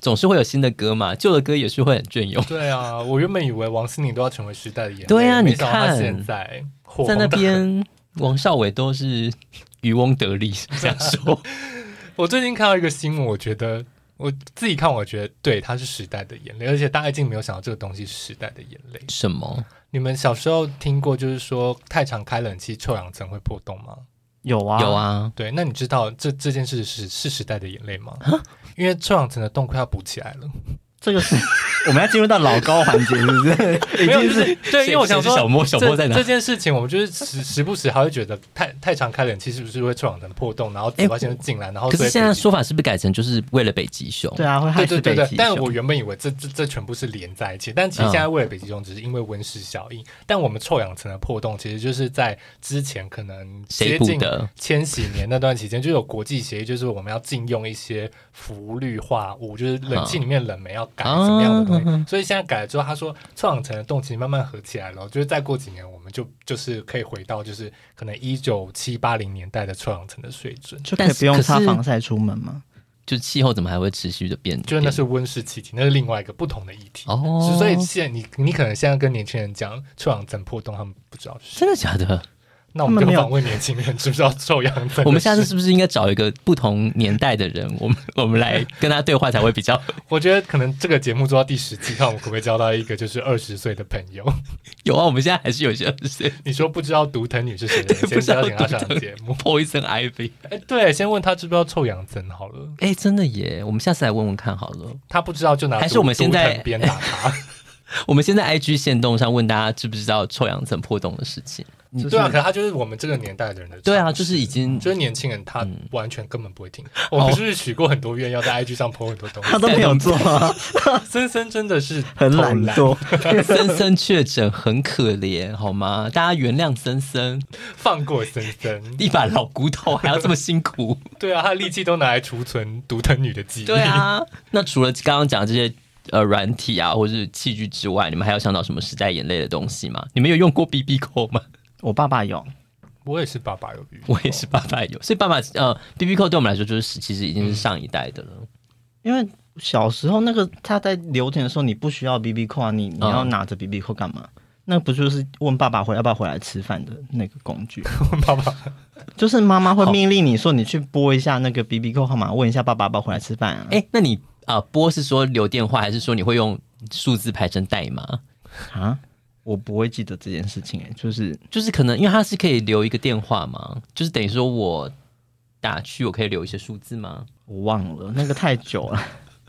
[SPEAKER 1] 总是会有新的歌嘛，旧的歌也是会很隽永。
[SPEAKER 2] 对啊，我原本以为王心凌都要成为时代的眼泪，
[SPEAKER 1] 对啊
[SPEAKER 2] 没想到
[SPEAKER 1] 你
[SPEAKER 2] 她
[SPEAKER 1] 看
[SPEAKER 2] 现在火
[SPEAKER 1] 在
[SPEAKER 2] 红
[SPEAKER 1] 那
[SPEAKER 2] 得
[SPEAKER 1] 边，王少伟都是渔翁得利，这样 说。
[SPEAKER 2] 我最近看到一个新闻，我觉得我自己看，我觉得对，它是时代的眼泪，而且大家一定没有想到这个东西是时代的眼泪。
[SPEAKER 1] 什么？
[SPEAKER 2] 你们小时候听过，就是说太常开冷气，臭氧层会破洞吗？
[SPEAKER 3] 有啊
[SPEAKER 1] 有，啊，
[SPEAKER 2] 对，那你知道这这件事是是时代的眼泪吗？
[SPEAKER 1] 啊
[SPEAKER 2] 因为臭氧层的洞快要补起来了，
[SPEAKER 3] 这个是我们要进入到老高环节，是不是？已
[SPEAKER 2] 没有，
[SPEAKER 3] 经
[SPEAKER 2] 就是是对，因为我想
[SPEAKER 1] 谁
[SPEAKER 2] 说
[SPEAKER 1] 是小莫小莫在哪
[SPEAKER 2] 这这件事情，我们就是时时不时还会觉得太太常开冷气是不是会臭氧层破洞，然后紫外线就进来，然后
[SPEAKER 1] 可
[SPEAKER 2] 所
[SPEAKER 1] 是
[SPEAKER 2] 以
[SPEAKER 1] 现在
[SPEAKER 2] 北极
[SPEAKER 1] 说法是不是改成就是为了北极熊？
[SPEAKER 3] 对啊，会害
[SPEAKER 2] 对对
[SPEAKER 3] 死
[SPEAKER 2] 对
[SPEAKER 3] 北
[SPEAKER 2] 对
[SPEAKER 3] 极，
[SPEAKER 2] 但
[SPEAKER 3] 熊
[SPEAKER 2] 我原本以为这这这全部是连在一起，但其实
[SPEAKER 1] 嗯
[SPEAKER 2] 现在为了北极熊，只是因为温室效应。但我们臭氧层的破洞，其实就是在之前可能
[SPEAKER 1] 谁
[SPEAKER 2] 接
[SPEAKER 1] 补
[SPEAKER 2] 近
[SPEAKER 1] 的
[SPEAKER 2] 千禧年那段期间，就有国际协议，就是我们要禁用一些氟氯化物，就是冷
[SPEAKER 1] 嗯
[SPEAKER 2] 气里面冷媒要改什么样的东西。
[SPEAKER 1] 啊
[SPEAKER 2] 所以现在改了之后，他说臭氧层的洞其实慢慢合起来了，就是再过几年，我们就就是可以回到就是可能一九七八零年代的臭氧层的水准。
[SPEAKER 3] 就可
[SPEAKER 1] 但
[SPEAKER 3] 以
[SPEAKER 1] 是
[SPEAKER 3] 不用
[SPEAKER 1] 可
[SPEAKER 3] 擦
[SPEAKER 1] 是
[SPEAKER 3] 防晒出门吗？
[SPEAKER 1] 就气候怎么还会持续的变？
[SPEAKER 2] 就是那是温室气体，那是另外一个不同的议题。
[SPEAKER 1] 哦，
[SPEAKER 2] 所以现在你你可能现在跟年轻人讲臭氧层破洞，他们不知道是什么。
[SPEAKER 1] 真的假的？
[SPEAKER 2] 那我们
[SPEAKER 3] 他们没
[SPEAKER 2] 就
[SPEAKER 3] 有
[SPEAKER 2] 访问年轻人，知不知道臭氧 层？
[SPEAKER 1] 我们下次，是不是应该找一个不同年代的人，我们我们来跟他对话才会比较
[SPEAKER 2] 我觉得可能这个节目做到第十季，看我们可不可以交到一个就是二十岁的朋友。
[SPEAKER 1] 有啊？我们现在还是有些 是
[SPEAKER 2] 你说不知道毒藤女是谁的人，
[SPEAKER 1] 不
[SPEAKER 2] 先
[SPEAKER 1] 知道
[SPEAKER 2] 邀请她上节目。
[SPEAKER 1] poison ivy。
[SPEAKER 2] 哎，对，先问她知不知道臭氧层好了。
[SPEAKER 1] 哎、真的耶！我们下次来问问看好了。
[SPEAKER 2] 她不知道就拿
[SPEAKER 1] 还是我们现在
[SPEAKER 2] 毒藤鞭 打她。
[SPEAKER 1] 我们现在 IG 线动上问大家知不知道臭氧层破洞的事情？
[SPEAKER 3] 就是
[SPEAKER 2] 对啊，可是她就是我们这个年代的人的。
[SPEAKER 1] 对啊，就是嗯哦已 经
[SPEAKER 2] 就是年轻人，他完全根本不会听。我们是不是许过很多愿，要在 IG 上 po 很多东西
[SPEAKER 3] 他？都没有做啊，
[SPEAKER 2] 森森真的是
[SPEAKER 3] 很
[SPEAKER 2] 偷
[SPEAKER 3] 懒
[SPEAKER 2] 懒
[SPEAKER 3] 惰。
[SPEAKER 1] 森森确诊很可怜，好吗？大家原谅森森，
[SPEAKER 2] 放过森森。
[SPEAKER 1] 一把老骨头还要这么辛 苦。
[SPEAKER 2] 对啊，他的力气都拿来储存独藤女的记忆。
[SPEAKER 1] 对，啊，那除了刚刚讲的这些呃软体啊，或是器具之外，你们还有想到什么时代眼泪的东西吗？你们有用过 BB 扣吗？
[SPEAKER 3] 我爸爸有，
[SPEAKER 2] 我也是爸爸有病，
[SPEAKER 1] 我也是，爸爸有，所以爸爸呃 BB 扣对我们来说就是其实已经是上一代的了。
[SPEAKER 3] 因为小时候那个他在流行的时候，你不需要 B B 扣啊，你你
[SPEAKER 2] 嗯
[SPEAKER 3] 要拿着 B B 扣干嘛？那不就是问爸爸回要不要回来吃饭的那个工具？
[SPEAKER 2] 爸爸
[SPEAKER 3] 就是妈妈会命令你说你去拨一下那个 B B 扣号码，问一下爸爸要不要回来吃饭啊？
[SPEAKER 1] 哎、那你啊、呃拨是说留电话，还是说你会用数字排成代码？
[SPEAKER 3] 啊，我不会记得这件事情、哎，就是
[SPEAKER 1] 就是可能因为它是可以留一个电话嘛，就是等于说我打去，我可以留一些数字吗？
[SPEAKER 3] 我忘了那个太久 了。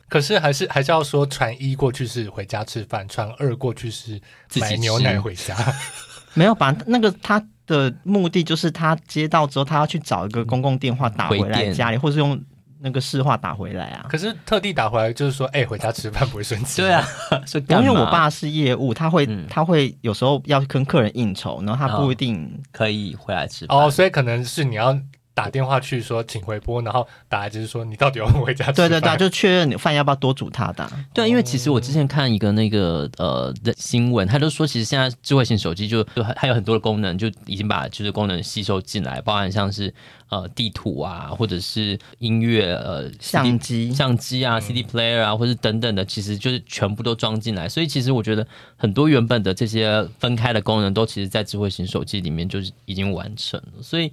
[SPEAKER 2] 可是还是还是要说，传一过去是回家吃饭，传二过去是
[SPEAKER 1] 自己
[SPEAKER 2] 买
[SPEAKER 1] 吃
[SPEAKER 2] 牛奶回家。
[SPEAKER 3] 没有把那个他的目的就是他接到之后，他要去找一个公共电话打回
[SPEAKER 1] 回
[SPEAKER 3] 来
[SPEAKER 1] 电
[SPEAKER 3] 家里，或是用那个市话打回来啊。
[SPEAKER 2] 可是特地打回来就是说，哎、回家吃饭不会生 气。
[SPEAKER 1] 对，啊，说
[SPEAKER 3] 因
[SPEAKER 1] 干
[SPEAKER 3] 为
[SPEAKER 1] 嘛？
[SPEAKER 3] 我爸是业务，他会、
[SPEAKER 1] 嗯
[SPEAKER 3] 他会有时候要跟客人应酬，然后他不一定、
[SPEAKER 1] 可以回来吃饭。
[SPEAKER 2] 哦，所以可能是你要打电话去说请回拨，然后打来就是说你到底要不要回
[SPEAKER 1] 哦
[SPEAKER 2] 家吃
[SPEAKER 3] 对
[SPEAKER 2] 饭？
[SPEAKER 3] 对对，就确认你饭要不要多煮他的啊、
[SPEAKER 1] 对，因为其实我之前看一个那个呃的新闻，他就说，其实现在智慧型手机就就还有很多的功能，就已经把就是功能吸收进来，包含像是呃地图啊，或者是音乐呃 CD
[SPEAKER 3] 相机。
[SPEAKER 1] 相机啊、CD player 啊，或是等等的，其实就是全部都装进来。所以其实我觉得很多原本的这些分开的功能，都其实在智慧型手机里面就是已经完成了。所以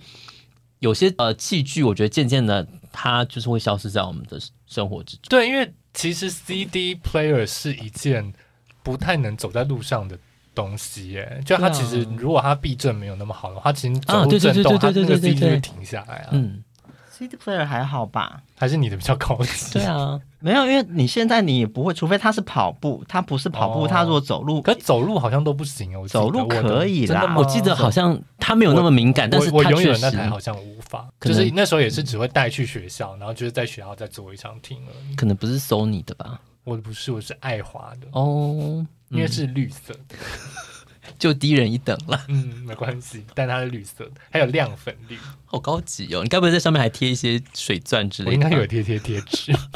[SPEAKER 1] 有些呃器具，我觉得渐渐的它就是会消失在我们的生活之中。
[SPEAKER 2] 对，因为其实 CD player 是一件不太能走在路上的东西耶。就它
[SPEAKER 1] 对啊
[SPEAKER 2] 其实如果它避震没有那么好的话，它其实你走
[SPEAKER 1] 啊
[SPEAKER 2] 路
[SPEAKER 1] 对对
[SPEAKER 2] 震
[SPEAKER 1] 对
[SPEAKER 2] 动，它
[SPEAKER 1] 对对
[SPEAKER 2] 那个
[SPEAKER 1] 对对
[SPEAKER 2] CD 就会
[SPEAKER 1] 对
[SPEAKER 2] 停下来啊。
[SPEAKER 1] 嗯，
[SPEAKER 3] CD player 还好吧？
[SPEAKER 2] 还是你的比较高级。
[SPEAKER 1] 对啊。
[SPEAKER 3] 没有，因为你现在你也不会，除非他是跑步，他不是跑步，
[SPEAKER 2] 哦
[SPEAKER 3] 他如果走路，
[SPEAKER 2] 可走路好像都不行哦，我记得
[SPEAKER 3] 走路
[SPEAKER 2] 我的
[SPEAKER 3] 可以啦
[SPEAKER 2] 真的吗
[SPEAKER 1] 我记得好像它没有那么敏感，但是
[SPEAKER 2] 我我
[SPEAKER 1] 它
[SPEAKER 2] 永
[SPEAKER 1] 确
[SPEAKER 2] 远
[SPEAKER 1] 实
[SPEAKER 2] 那台好像无法，
[SPEAKER 1] 可
[SPEAKER 2] 就
[SPEAKER 1] 能
[SPEAKER 2] 是那时候也是只会带去学校，然后就是在学校在座位上听而已。
[SPEAKER 1] 可能不是 Sony 的吧？
[SPEAKER 2] 我不是，我是爱华的，
[SPEAKER 1] 哦，
[SPEAKER 2] 因为是绿色的，
[SPEAKER 1] 就低人一等了，
[SPEAKER 2] 嗯，没关系，但它是绿色的，还有亮粉绿，
[SPEAKER 1] 好高级哦！你该不会在上面还贴一些水钻之
[SPEAKER 2] 我
[SPEAKER 1] 类
[SPEAKER 2] 应
[SPEAKER 1] 的吧？
[SPEAKER 2] 该有贴贴贴纸。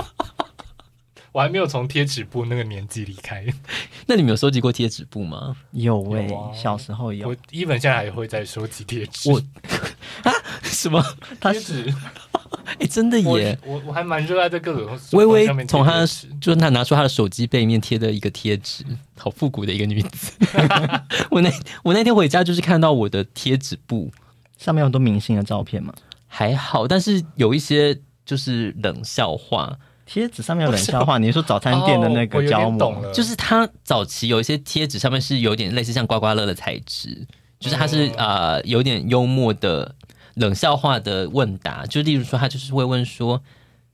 [SPEAKER 2] 我还没有从贴纸布那个年纪离开，
[SPEAKER 1] 那你们有收集过贴纸布吗？
[SPEAKER 3] 有喂、
[SPEAKER 2] 有啊
[SPEAKER 3] 小时候有
[SPEAKER 2] 我，even 现在还会在收集贴纸。
[SPEAKER 1] 我什么？
[SPEAKER 3] 他
[SPEAKER 2] 贴纸
[SPEAKER 1] 哎、真的
[SPEAKER 2] 我
[SPEAKER 1] 耶！
[SPEAKER 2] 我我还蛮热爱在各种
[SPEAKER 1] 微微
[SPEAKER 2] 上面贴
[SPEAKER 1] 从她
[SPEAKER 2] 贴
[SPEAKER 1] 的
[SPEAKER 2] 纸
[SPEAKER 1] 就是她拿出她的手机背面贴的一个贴纸，好复古的一个女 子。我那我那天回家就是看到我的贴纸布，
[SPEAKER 3] 上面有很多明星的照片嘛，
[SPEAKER 1] 还好，但是有一些就是冷笑话，
[SPEAKER 3] 贴纸上面有冷笑话。你是说早餐店的那
[SPEAKER 2] 哦我
[SPEAKER 3] 个
[SPEAKER 2] 有
[SPEAKER 3] 胶
[SPEAKER 2] 点懂
[SPEAKER 3] 膜？
[SPEAKER 2] 了，
[SPEAKER 1] 就是它早期有一些贴纸上面是有点类似像刮刮乐的材质，就是它是、
[SPEAKER 2] 嗯
[SPEAKER 1] 呃有点幽默的冷笑话的问答，就例如说他就是会问说，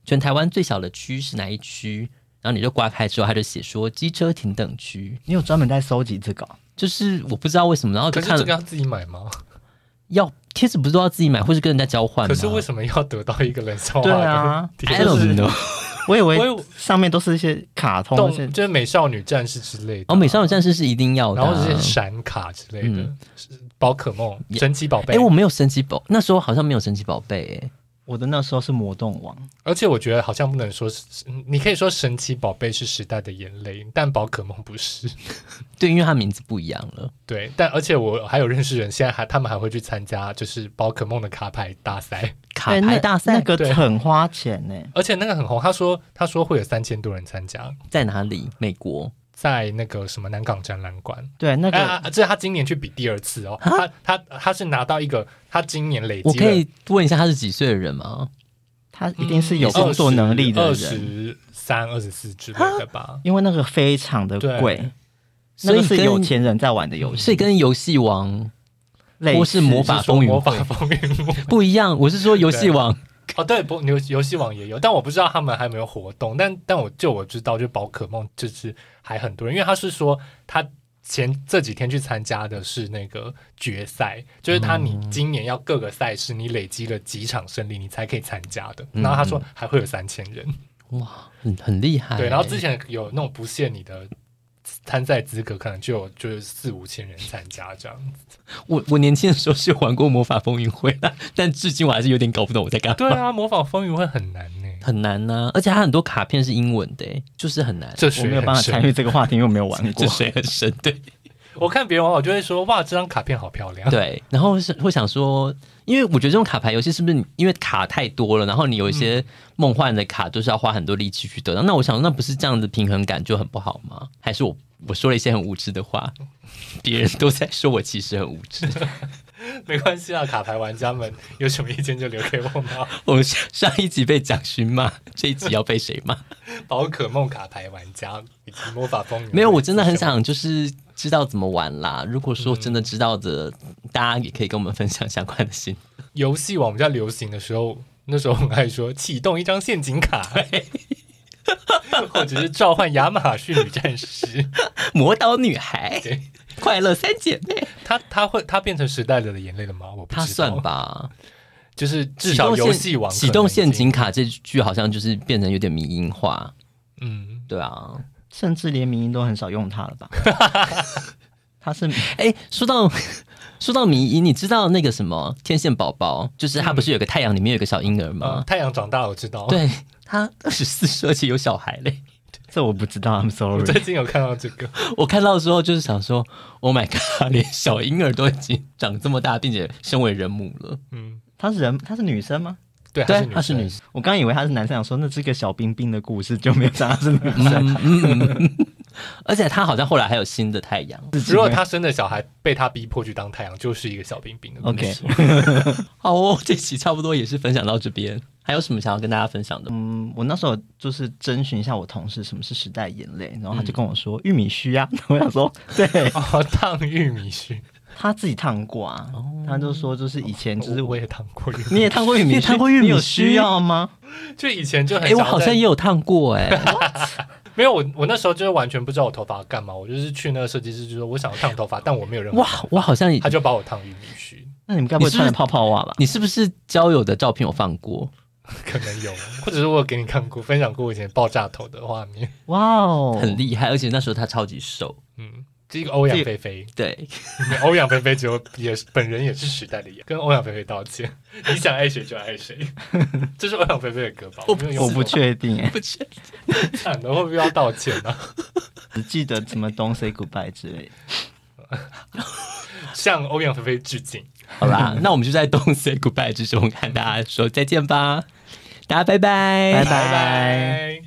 [SPEAKER 1] 全台湾最小的区是哪一区？然后你就刮开之后，他就写说机车停等区，
[SPEAKER 3] 你有专门在收集这个哦、
[SPEAKER 1] 就是我不知道为什么，然后就
[SPEAKER 2] 可
[SPEAKER 1] 是看
[SPEAKER 2] 这个
[SPEAKER 1] 了
[SPEAKER 2] 要自己买吗？
[SPEAKER 1] 要贴纸不是都要自己买，或是跟人家交换吗？
[SPEAKER 2] 可是为什么要得到一个冷笑话？
[SPEAKER 3] 对，啊，
[SPEAKER 1] I don't know。
[SPEAKER 3] 我以
[SPEAKER 2] 我
[SPEAKER 3] 为
[SPEAKER 2] 有
[SPEAKER 3] 上面都是一些卡通，
[SPEAKER 2] 动
[SPEAKER 3] 而且
[SPEAKER 2] 就是美少女战士之类的，
[SPEAKER 1] 哦，美少女战士是一定要的
[SPEAKER 2] 然
[SPEAKER 1] 啊、
[SPEAKER 2] 后这些闪卡之类的
[SPEAKER 1] 嗯，
[SPEAKER 2] 是宝可梦、
[SPEAKER 1] 也
[SPEAKER 2] 神奇宝
[SPEAKER 1] 哎、
[SPEAKER 2] 贝。
[SPEAKER 1] 我没有神奇宝，那时候好像没有神奇宝贝、哎，
[SPEAKER 3] 我的那时候是魔动王，
[SPEAKER 2] 而且我觉得好像不能说是，嗯你可以说神奇宝贝是时代的眼泪，但宝可梦不是。
[SPEAKER 1] 对，因为它名字不一样了。
[SPEAKER 2] 对，但而且我还有认识人，现在还他们还会去参加就是宝可梦的卡牌大赛，
[SPEAKER 1] 卡牌大赛、
[SPEAKER 3] 那那
[SPEAKER 2] 对
[SPEAKER 3] 个很花钱欸呢、
[SPEAKER 2] 而且那个很红。他说他说会有三千多人参加，
[SPEAKER 1] 在哪里？美国
[SPEAKER 2] 在那个什么南港展览馆。
[SPEAKER 3] 对，那
[SPEAKER 2] 哎
[SPEAKER 3] 个、啊
[SPEAKER 2] 啊，这是他今年去比第二次哦，他他他是拿到一个，他今年累积
[SPEAKER 1] 我可
[SPEAKER 2] 了
[SPEAKER 1] 以问一下他是几岁的人吗？
[SPEAKER 3] 他一定是有工作能力的
[SPEAKER 2] 嗯二
[SPEAKER 3] 人，
[SPEAKER 2] 十三、二十四之类的吧。
[SPEAKER 3] 因为那个非常的贵
[SPEAKER 2] 对，
[SPEAKER 3] 那
[SPEAKER 1] 所以
[SPEAKER 3] 个是
[SPEAKER 1] 跟
[SPEAKER 3] 有钱人在玩的游戏，
[SPEAKER 1] 所以跟游戏王
[SPEAKER 3] 类似
[SPEAKER 1] 或是魔
[SPEAKER 3] 啊
[SPEAKER 1] 法风云
[SPEAKER 2] 魔
[SPEAKER 1] 会
[SPEAKER 2] 法风云会
[SPEAKER 1] 不一样。我是说游戏王
[SPEAKER 2] 哦，对，不游游戏网也有，但我不知道他们还有没有活动。但但我就我知道，就宝可梦就是还很多人，因为他是说他前这几天去参加的是那个决赛，就是他你
[SPEAKER 3] 嗯
[SPEAKER 2] 今年要各个赛事你累积了几场胜利，你才可以参加的。
[SPEAKER 3] 嗯
[SPEAKER 2] 然后他说还会有三千人，
[SPEAKER 1] 哇，很很厉
[SPEAKER 3] 哎
[SPEAKER 1] 害、
[SPEAKER 2] 对，然后之前有那种不限你的参赛资格，可能就有就是四五千人参加这样。
[SPEAKER 1] 我我年轻的时候是玩过魔法风云会的，但 至今我还是有点搞不懂我在干嘛。
[SPEAKER 2] 对啊，模仿风云会很难呢、
[SPEAKER 1] 很难呐、而且它很多卡片是英文的、哎就是很难。
[SPEAKER 2] 这
[SPEAKER 3] 我
[SPEAKER 2] 水
[SPEAKER 3] 没有办法
[SPEAKER 2] 很深
[SPEAKER 3] 参与这个话题，因为我没有玩过
[SPEAKER 1] 这。水很深，对
[SPEAKER 2] 我看别人玩，我就会说哇，这张卡片好漂 亮。
[SPEAKER 1] 对。然后是会想说，因为我觉得这种卡牌游戏是不是你因为卡太多了，然后你有一些梦幻的卡都是要花很多力气去得到。那我想，那不是这样的平衡感就很不好吗？ 还是我我说了一些很无知的话，别人都在说我其实很无知。
[SPEAKER 2] 没关系啊，卡牌玩家们有什么意见就留给我们啊。
[SPEAKER 1] 我们上上一集被蒋勋骂，这一集要被谁骂？
[SPEAKER 2] 宝可梦卡牌玩家以及魔法风云，
[SPEAKER 1] 没有，我真的很。想就是知道怎么玩啦。如果说真的知道的，大家也可以跟我们分享相关的心
[SPEAKER 2] 游戏网比较流行的时候，那时候很爱说启动一张陷 阱卡， 或者是召唤亚马逊女战士。
[SPEAKER 1] 魔导女孩
[SPEAKER 2] 对，
[SPEAKER 1] 快乐三姐妹，
[SPEAKER 2] 它它会它变成时代的眼泪了吗？我不知
[SPEAKER 1] 她
[SPEAKER 2] 道
[SPEAKER 1] 算，吧？
[SPEAKER 2] 就是至少
[SPEAKER 1] 启动陷
[SPEAKER 2] 游戏网
[SPEAKER 1] 启动陷阱
[SPEAKER 2] 可
[SPEAKER 1] 卡这句好像就是变成有点迷因化，
[SPEAKER 2] 能已经，嗯，
[SPEAKER 1] 对啊。
[SPEAKER 3] 甚至连民音都很少用它了 吧？它是
[SPEAKER 1] 哎，说到说到迷因，你知道那个什么天线宝宝，就是他不是有个太阳里面有个小婴儿
[SPEAKER 2] 呃
[SPEAKER 1] 吗？
[SPEAKER 2] 太阳长大我知道，
[SPEAKER 1] 啊对他二十四岁，而且有小孩嘞。
[SPEAKER 3] 这我不知道，I'm
[SPEAKER 2] 我最
[SPEAKER 3] sorry。
[SPEAKER 2] 近有看到这个，
[SPEAKER 1] 我看到的时候就是想说，Oh my god，连小婴儿都已经长这么大，并且身为人母了。
[SPEAKER 2] 嗯，
[SPEAKER 3] 它是人，它是女生吗？
[SPEAKER 2] 对，
[SPEAKER 1] 对，
[SPEAKER 2] 她
[SPEAKER 1] 她
[SPEAKER 2] 是
[SPEAKER 1] 是
[SPEAKER 2] 女
[SPEAKER 1] 女
[SPEAKER 2] 生。
[SPEAKER 1] 生。
[SPEAKER 3] 我刚以为他是男生，想说那这个小冰冰的故事就没有想他是女 生。
[SPEAKER 1] 嗯嗯嗯，嗯而且她好像后来还有新的太阳，
[SPEAKER 3] 自己
[SPEAKER 2] 如果他生的小孩被他逼迫去当太阳，就是一个小冰冰的故
[SPEAKER 3] OK，
[SPEAKER 2] 事。
[SPEAKER 1] 好哦，这期差不多也是分享到这边，还有什么想要跟大家分享的？
[SPEAKER 3] 嗯，我那时候就是征询一下我同事什么是时代眼泪，然后
[SPEAKER 1] 嗯
[SPEAKER 3] 他就跟我说、玉米须啊， 我想说对，
[SPEAKER 2] 哦，烫玉米须，
[SPEAKER 3] 他自己烫过啊，他就说就是以前就
[SPEAKER 2] 哦我
[SPEAKER 3] 是我
[SPEAKER 2] 我也烫过玉米须。
[SPEAKER 3] 你也烫过玉米
[SPEAKER 1] 你
[SPEAKER 3] 须，
[SPEAKER 1] 也烫哦过玉米须
[SPEAKER 3] 你有需要吗？
[SPEAKER 2] 就以前就很
[SPEAKER 1] 哎、
[SPEAKER 2] 想
[SPEAKER 1] 我
[SPEAKER 2] 要
[SPEAKER 1] 好像
[SPEAKER 2] 在
[SPEAKER 1] 也有烫过哎、
[SPEAKER 2] 没有我我那时候就是完全不知道我头发要干嘛，我就是去那个设计师就说我想要烫头发，但我没有任何，
[SPEAKER 1] 哇，我好像也
[SPEAKER 2] 他，就把我烫玉米须，
[SPEAKER 3] 那你们该不会
[SPEAKER 1] 你是不
[SPEAKER 3] 穿
[SPEAKER 1] 是
[SPEAKER 3] 着泡泡袜吧？
[SPEAKER 1] 你是不是交友的照片有放过？
[SPEAKER 2] 可能有，或者是我有给你看过分享过我以前爆炸头的画面，
[SPEAKER 3] 哇哦，
[SPEAKER 1] 很厉害，而且那时候他超级瘦，
[SPEAKER 2] 嗯。这个欧阳
[SPEAKER 1] 这
[SPEAKER 2] 菲 菲，
[SPEAKER 1] 对，
[SPEAKER 2] 欧阳菲菲只有也是本人也是时代的眼，跟欧阳菲菲道歉。你想爱谁就爱 谁，这是欧阳菲菲的歌吧？我没有用
[SPEAKER 3] 我不
[SPEAKER 2] 过
[SPEAKER 3] 确定 哎，
[SPEAKER 1] 不是
[SPEAKER 2] 惨的，会不会要道歉呢、
[SPEAKER 3] 只记得什么 Don't say goodbye 之类的。
[SPEAKER 2] 向欧阳菲菲致敬。
[SPEAKER 1] 好啦，那我们就在《Don't Say Goodbye》之中看大家说再见吧，大家拜拜，
[SPEAKER 3] 拜
[SPEAKER 2] 拜拜。